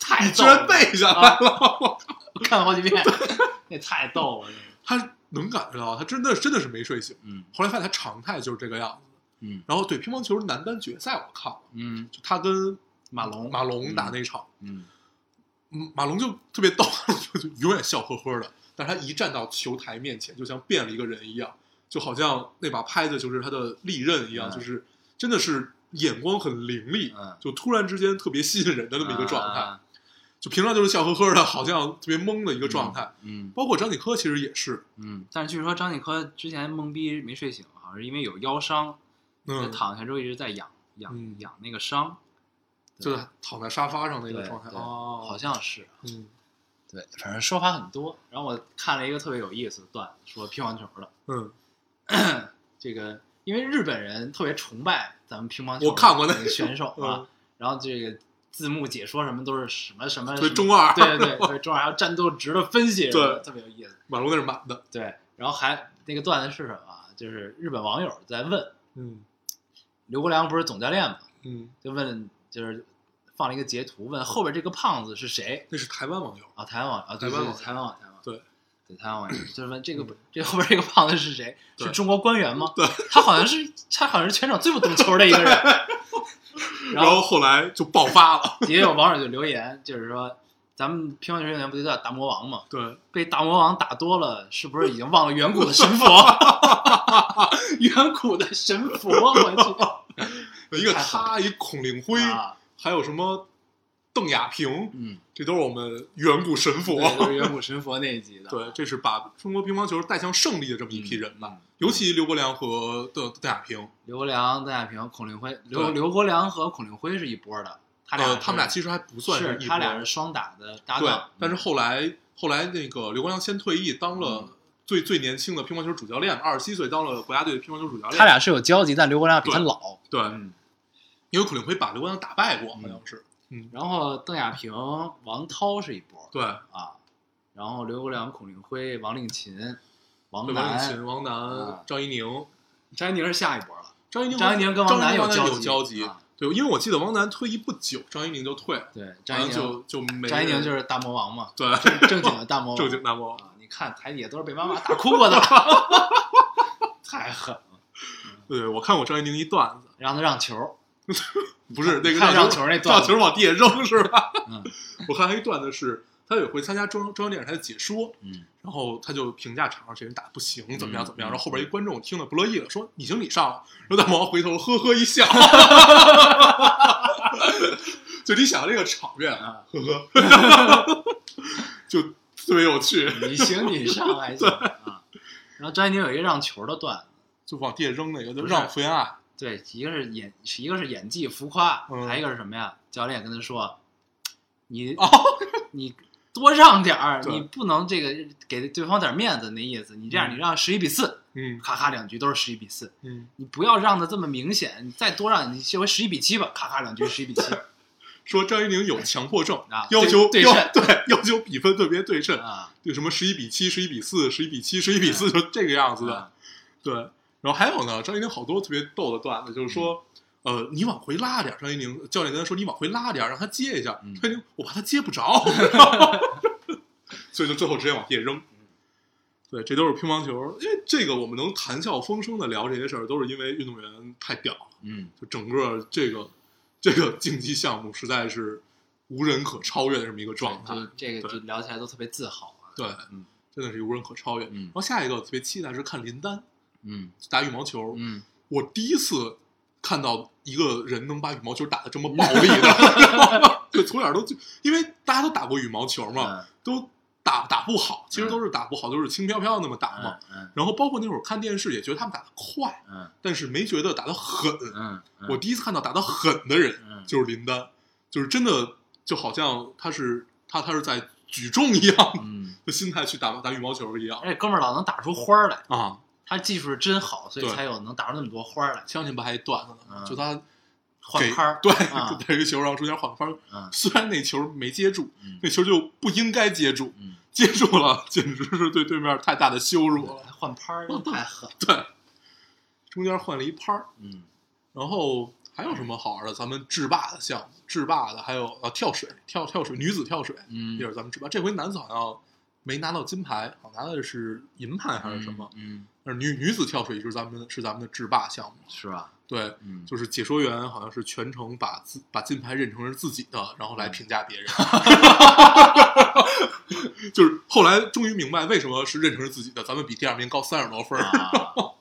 太你居逗了啊然，背下来了，我看了好几遍，那太逗了。他能感觉到，他真的真的是没睡醒。嗯后来发现他常态就是这个样子。嗯然后对乒乓球男单决赛我看了，嗯就他跟马龙马龙打那场，嗯嗯马龙就特别逗， (laughs) 就就永远笑呵呵的。但是他一站到球台面前，就像变了一个人一样，就好像那把拍子就是他的利刃一嗯样，就是真的是眼光很凌厉，嗯就突然之间特别吸引人的那么一个状态。啊就平常就是笑呵呵的，好像特别懵的一个状态。嗯包括张继科其实也是，嗯，但是据说张继科之前懵逼没睡醒，好像是因为有腰伤，嗯他，躺下之后一直在养嗯养养那个伤，就是躺在沙发上那对个状态。对哦，好像是嗯对，反正说法很多。然后我看了一个特别有意思的段，说乒乓球的嗯，这个，因为日本人特别崇拜咱们乒乓球我看过那嗯的选手啊，然后这个字幕解说什么都是什么什么，对什么中二对对对，对中二，还有战斗值的分析， (laughs) 对什么的特别有意思。马龙那是满的，对，然后还那个段子是什么啊？就是日本网友在问嗯刘国梁不是总教练嘛，嗯，就问就是放了一个截图，问后边这个胖子是谁那是台湾网友，啊？台湾网啊，对台对湾对，网台湾网台湾网对对台湾网友就是问这个这后边这个胖子是谁？对是中国官员吗？对，他好像是他好像是全场最不懂球 (laughs) 的一个人。然后后来就爆 (laughs) 发了，也有网友就留言，就是说咱们乒乓球运动员不就叫大魔王吗？对，被大魔王打多了，是不是已经忘了远古的神佛？ (laughs) 远古的神佛， (laughs) 我有一个太狠他，一孔令辉去，啊，还有什么邓亚萍，嗯，这都是我们远古神佛。对，就是远古神佛那一集的，嗯嗯对，这是把中国乒乓球带向胜利的这么一批人吧，嗯嗯尤其刘国梁和邓邓亚萍，刘国梁、邓亚萍、孔令辉，刘对刘国梁和孔令辉是一波的，他俩呃，是他们俩其实还不算是一波他俩是双打的搭对档，，嗯但是后来后来那个刘国梁先退役，当嗯了最最年轻的乒乓球主教练，二十七岁当了国家队的乒乓球主教练。他俩是有交集，但刘国梁比他对老，对，嗯，因为孔令辉把刘国梁打败过，嗯好像是。嗯，然后邓亚萍、王涛是一波，对，啊，然后刘国梁、孔令辉、王令秦、王对王楠永琴、王楠啊、张怡宁，张怡宁是下一波了。张怡宁张怡宁跟王张楠怡宁有王交有集啊对，因为我记得王楠退役不久，张怡宁就退了，对，好张怡像宁，就就没张怡宁就是是大魔王 (laughs) 嘛，对正经的大魔王，正经大魔王。啊！你看台底下都是被妈妈打哭过的， (laughs) 太狠了，对，我看过张怡宁一段子，让他让球，不是那个看让让球那段让子球往地下扔是吧？嗯 (laughs) 我看他一段子是，他有一回参加中央中央电视台的解说，嗯然后他就评价场上谁人打得不行，怎么样嗯怎么样。嗯然后后边一观众听了不乐意了，说：“你行你上。”然后大魔王回头呵呵一笑， (laughs) 就你想这个场面，啊，呵呵，就特别有趣，你行你上 (laughs) 还行啊。然后张怡宁有一个让球的段子，就往地下扔那个，就不是让福原爱，对，一个是演，一个是演技浮夸，嗯还有一个是什么呀？教练跟他说：“你、哦你多让点儿，对你不能这个给对方点儿面子，那意思。你这样，嗯你让十一比四，嗯咔咔两局都是十一比四，嗯，你不要让的这么明显，你再多让，你这回十一比七吧，咔咔两局十一比 (laughs) 七说张怡宁有强迫症啊，要求对对要称对要求比分特别对称，啊，就什么十一比七、十一比四、十一比七、十一比四，就这个样子的。啊对，然后还有呢，张怡宁好多特别逗的段子，就是说，呃，你往回拉点儿，张怡宁教练跟他说，你往回拉点儿，让他接一下。嗯张怡宁，我怕他接不着， (laughs) 所以就最后直接往地下扔。对，这都是乒乓球，因为这个我们能谈笑风生的聊这些事儿，都是因为运动员太屌了，嗯，就整个这个这个竞技项目实在是无人可超越的这么一个状态。就这个啊对就聊起来都特别自豪啊，对，嗯真的是无人可超越。嗯然后下一个我特别期待是看林丹嗯打羽毛球，嗯，我第一次看到一个人能把羽毛球打 (laughs) 得这么暴力的，就从小都就因为大家都打过羽毛球嘛，嗯都打打不好，其实都是打不好，都是轻飘飘那么打嘛。嗯然后包括那会儿看电视也觉得他们打得快，嗯但是没觉得打得狠。嗯嗯，我第一次看到打得狠的人嗯就是林丹，就是真的就好像他是他他是在举重一样嗯，的心态去打打羽毛球一样而且哥们儿老能打出花儿来。啊。他技术是真好，所以对才有能打出那么多花儿来。相信不还一段子呢吗？嗯就他换给拍儿 (laughs) 对，啊就带一个球，然后中间换拍儿。嗯虽然那球没接住，嗯那球就不应该接住，嗯，接住了简直是对对面太大的羞辱了。还换拍儿，太狠。对，中间换了一拍儿，嗯，然后还有什么好玩的？咱们制霸的项目，制霸的还有呃跳水，跳跳水女子跳水，嗯也是咱们制霸。这回男子好像没拿到金牌，好像拿的是银牌还是什么？嗯，但是女女子跳水一直咱们是咱们的制霸项目，是吧？对，嗯，就是解说员好像是全程把自把金牌认成是自己的，嗯然后来评价别人。 (laughs) 就是后来终于明白为什么是认成是自己的，咱们比第二名高三十多分儿。啊，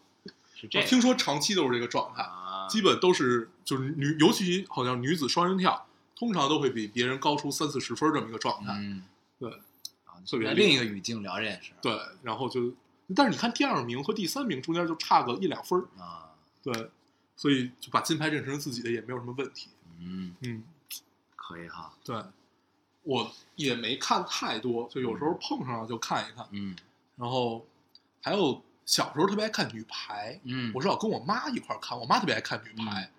是这我样听说长期都是这个状态，啊，基本都是就是女，尤其好像女子双人跳，通常都会比别人高出三四十分儿这么一个状态。嗯，对啊，特别在厉害另一个语境聊这件事儿对，然后就，但是你看第二名和第三名中间就差个一两分儿，啊，对，所以就把金牌认成是自己的也没有什么问题。嗯，嗯。可以哈，对，我也没看太多，就有时候碰上了就看一看。嗯然后还有小时候特别爱看女排，嗯，我是老跟我妈一块儿看，我妈特别爱看女排，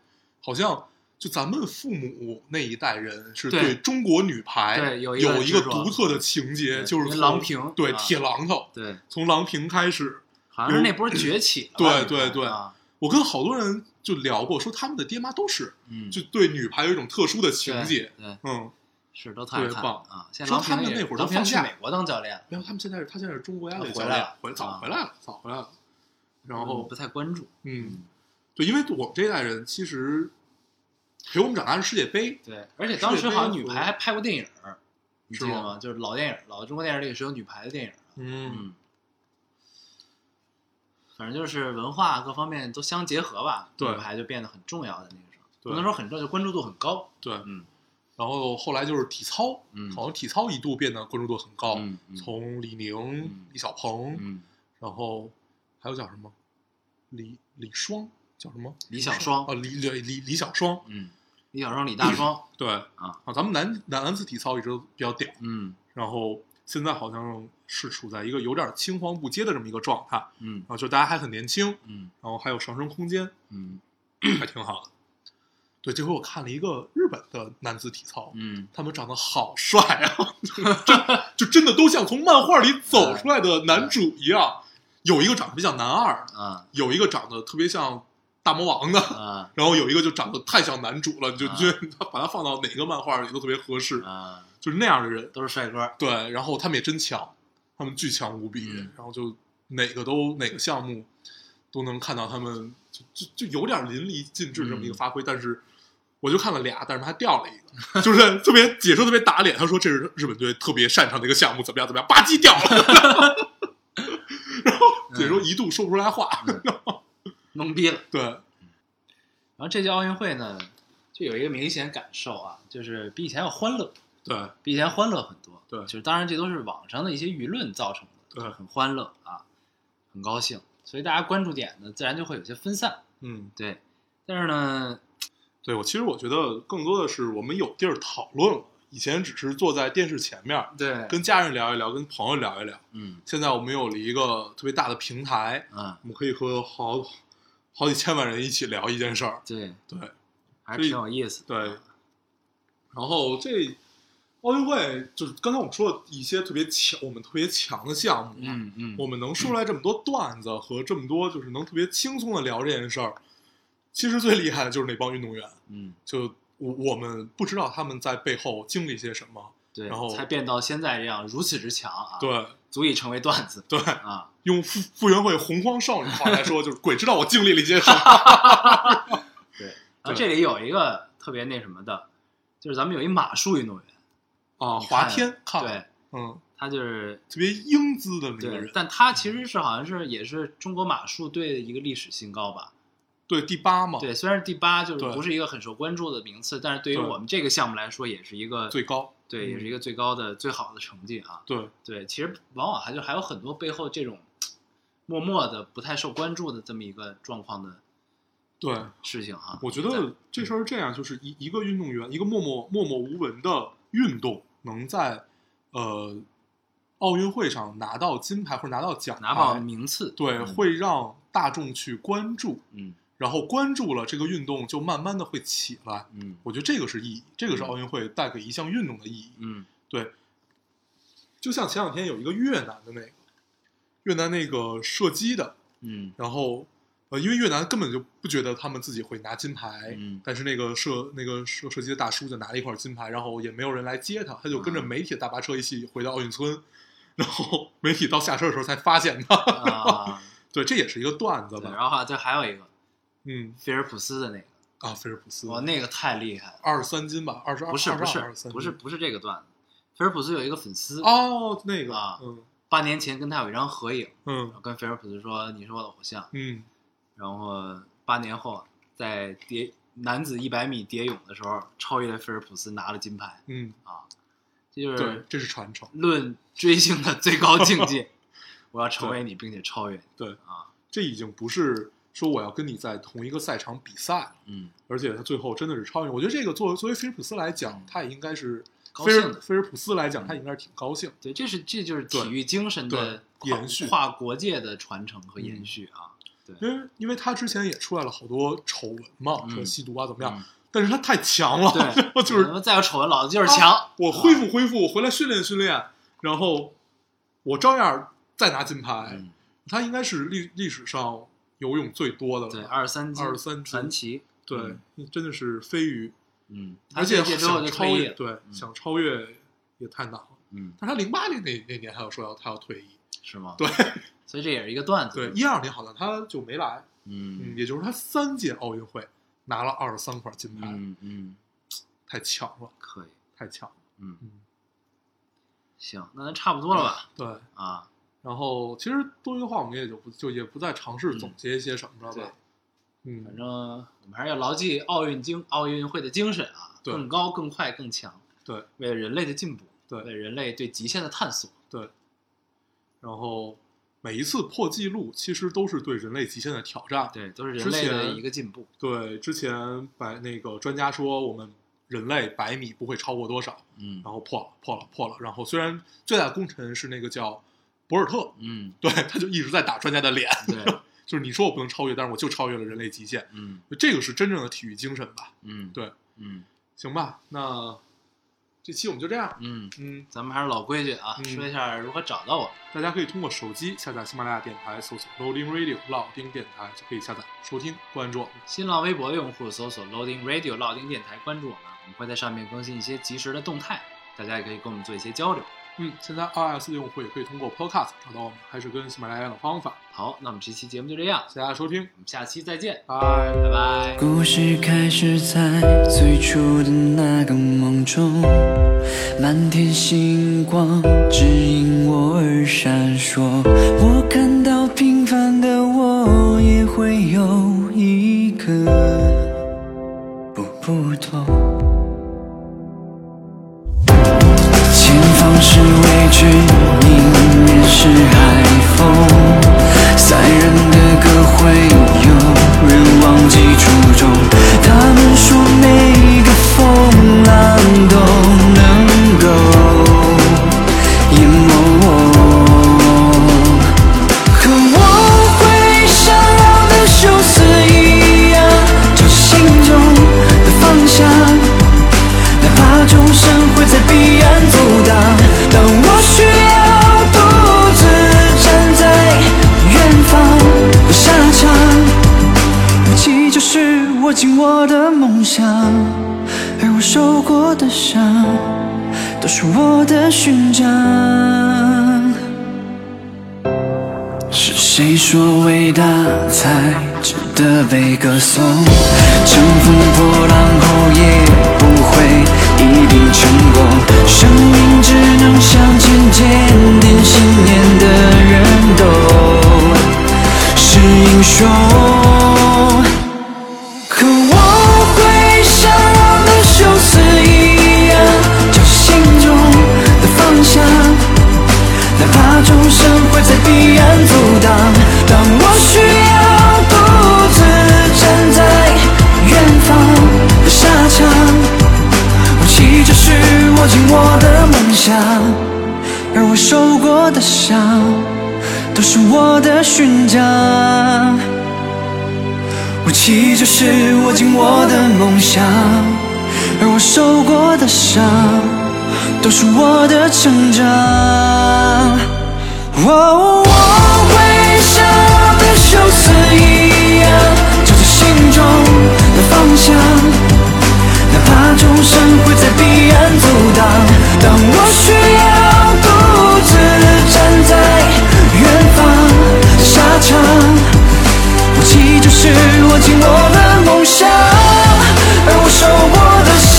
好像就咱们父母那一代人是对对中国女排对有有一个一个执着独特的情节，对就是跟从郎平对啊铁榔头，对，从郎平开始。好像是那波崛起了吧，对对女排对啊我跟好多人就聊过，说他们的爹妈都是，嗯，就对女排有一种特殊的情对节。对，嗯，是都特爱特别看棒啊。现在说郎他平们也那会儿都郎平放去假美国当教练，然后他们现在是，他现在是中国国家队啊教回来练了，回啊早回来了，早回来了。然我后不，太关注。嗯，对，因为我们这一代人其实陪我们长大是世界杯，对，而且当时好像女排还拍过电影儿，你是记吗得吗？就是老电影儿，老中国电影里是有女排的电影儿的。嗯，嗯，反正就是文化各方面都相结合吧，对女排就变得很重要的那个时候，对不能说很重要，就关注度很高。对。嗯然后后来就是体操，嗯好像体操一度变得关注度很高，嗯嗯从李宁、嗯李小鹏，嗯，然后还有叫什么李李双，叫什么李小双啊，李李李李小双，嗯，李小双、李大双，对啊咱们男男男子体操一直都比较屌，嗯然后现在好像是处在一个有点青黄不接的这么一个状态，嗯然后就大家还很年轻，嗯然后还有上升空间，嗯还挺好的。对，这回我看了一个日本的男子体操，嗯，他们长得好帅啊，就真的都像从漫画里走嗯出来的男主一样。有一个长得特别像男二，啊有一个长得特别像大魔王的，啊然后有一个就长得太像男主了，你就啊觉得他把他放到哪个漫画里都特别合适，啊，就是那样的人。都是帅哥儿。对，然后他们也真强，他们巨强无比，嗯然后就哪个都哪个项目都能看到他们就就就有点淋漓尽致这么一个发挥，但是我就看了俩，但是他还掉了一个， (laughs) 就是特别解说特别打脸，他说这是日本队特别擅长的一个项目，怎么样怎么样，吧唧掉了， (laughs) 然后解说一度说不出来话，嗯懵逼了。对，然后这届奥运会呢，就有一个明显感受啊，就是比以前要欢乐，对比以前欢乐很多。对就是当然这都是网上的一些舆论造成的，对，很欢乐啊，很高兴，所以大家关注点呢，自然就会有些分散。嗯，对，但是呢，对我其实我觉得更多的是我们有地儿讨论了，以前只是坐在电视前面。对，跟家人聊一聊，跟朋友聊一聊，嗯现在我们有了一个特别大的平台，啊，我们可以和好好几千万人一起聊一件事儿。对，对还是挺有意思的。啊对，然后这奥运会就是刚才我们说的一些特别强，我们特别强的项目，嗯嗯，我们能说出来这么多段子和这么多，就是能特别轻松的聊这件事儿。其实最厉害的就是那帮运动员，嗯就我我们不知道他们在背后经历些什么。对，然后才变到现在这样如此之强啊，，对足以成为段子对，啊。用傅傅园慧洪荒少女话来说，就是鬼知道我经历了一些什么。对，然后这里有一个特别那什么的，就是咱们有一马术运动员，啊，你华看天看了对，嗯，他就是特别英姿的那个对人，，嗯但他其实是好像是也是中国马术队的一个历史新高吧。对第八嘛，对，虽然是第八，就是哦对不是一个很受关注的名次，但是对于对我们这个项目来说，也是一个最高，嗯对，也是一个最高的最好的成绩啊。对对，其实往往还就还有很多背后这种默默的不太受关注的这么一个状况的对，事情啊哈。我觉嗯对嗯得这事儿是这样，就是一一个运动员，一个默默默默无闻的运动，能在呃奥运会上拿到金牌或者拿到奖拿到牌，名次，哎对，嗯会让大众去关注，嗯然后关注了这个运动，就慢慢的会起来。嗯我觉得这个是意义，这个是嗯奥运会带给一项运动的意义。嗯对，就像前两天有一个越南的那个越南那个射击的， (laughs) 嗯然后呃，因为越南根本就不觉得他们自己会拿金牌，嗯但是那个射那个射射击的大叔就拿了一块金牌，然后也没有人来接他，他就跟着嗯媒体的大巴车一起回到奥运村，然后 (laughs) 媒体到下车的时候才发现他。 (laughs) 啊，对，这也是一个段子对，吧？然后还这还有一个嗯菲尔普斯的那个，啊，菲尔普斯哇，那个太厉害了。二十三斤吧，二十二，哦不是不二十是三，不是不是这个段子。菲尔普斯有一个粉丝，哦，那个啊嗯八年前跟他有一张合影，然嗯后跟菲尔普斯说：“你是我的偶像。嗯，”然后八年后在蝶男子一百米蝶泳的时候超越了菲尔普斯，拿了金牌。嗯，这就对是，这是传承。论追星的最高境 (laughs) 界。我要成为你，并且超越你。对啊，这已经不是说我要跟你在同一个赛场比赛了，嗯，而且他最后真的是超越。我觉得这个作为作为菲尔普斯来讲嗯，他也应该是高菲兴尔的菲尔普斯来讲，嗯他应该是挺高兴。对，这是这就是体育精神的对跨延续嗯跨国界的传承和延续啊。因为因为他之前也出来了好多丑闻嘛，嗯说吸毒啊怎么样，嗯但是他太强了，对， (laughs) 就是啊你们再有丑闻，老子就是强。我恢复恢复，我回来训练训练，然后我照样再拿金牌。嗯他应该是历历史上游泳最多的对，了，二十三二十三只传奇，对，真的是飞鱼，嗯，他而且这届之后想就超退役越，了，对，嗯想超越也太难了。嗯，但是他零八年那那年还有说要他要退役，是吗？对， (laughs) 所以这也是一个段子，对，一二年好像他就没来，嗯，嗯也就是他三届奥运会拿了二十三块金牌，嗯嗯，太强了，可以，太强了，嗯嗯，行，那咱差不多了吧？对。啊，然后其实多余的话，我们也就不就也不再尝试总结一些什么了吧，嗯嗯，反正我们还是要牢记奥运精奥运会的精神啊，对更高、更快、更强，对为了人类的进步，对为人类对极限的探索，对，然后每一次破纪录其实都是对人类极限的挑战，对，都是人类啊之的前一个进步。对，之前百那个专家说，我们人类百米不会超过多少，嗯然后破了，破了，破了。然后虽然最大的功臣是那个叫博尔特，嗯，对，他就一直在打专家的脸，对， (laughs) 就是你说我不能超越，但是我就超越了人类极限，嗯这个是真正的体育精神吧？嗯，对，嗯行吧，那这期我们就这样，嗯，嗯，咱们还是老规矩啊，嗯说一下如何找到我们。大家可以通过手机下载喜马拉雅电台，搜索 Loading Radio 老丁电台就可以下载收听，关注我们。新浪微博的用户搜索 Loading Radio 老丁电台，关注我们，我们会在上面更新一些及时的动态，大家也可以跟我们做一些交流。嗯，现在 iOS 的用户也可以通过 Podcast 找到我们，还是跟喜马拉雅一样的方法。好，那我们这期节目就这样，谢谢大家收听，我们下期再见，拜。拜拜。故事开始在最初的那个梦中，满天星光指引我而闪烁。我看到平凡的我也会有一个不普通。前方是未知，迎面是海风。赛人的歌会有人忘记初衷。他们说每个风浪都能够淹没我。可我会像我的休斯一样，找心中的方向。哪怕众生会在彼岸阻挡，当我需要独自站在远方的沙场，武器就是握紧我的梦想，而我受过的伤，都是我的勋章。是谁说伟大才值得被歌颂？乘风破浪后也不会一定成功，生命只能向前坚定信念的人都是英雄。可我会像我的休斯一样，找心中的方向。哪怕众生会在彼岸阻挡，当我需要独自站在远方的沙场，武器就是握紧我的梦想，而我受过的伤，都是我的勋章。武器就是握紧我的梦想，而我受过的伤，都是我的成长。哦，我会像我的休斯一样，找着心中的方向，哪怕众生会在彼岸阻挡，当我需要独自站在远方的沙场。武器就是握紧我的梦想，而我受过的伤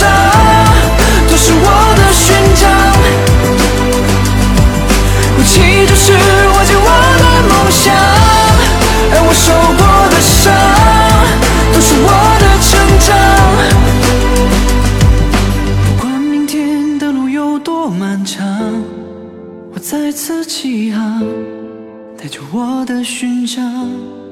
都是我的勋章。武器就是握紧我的梦想，而我受过的伤都是我的成长。不管明天的路有多漫长，我再次起航，带着我的勋章。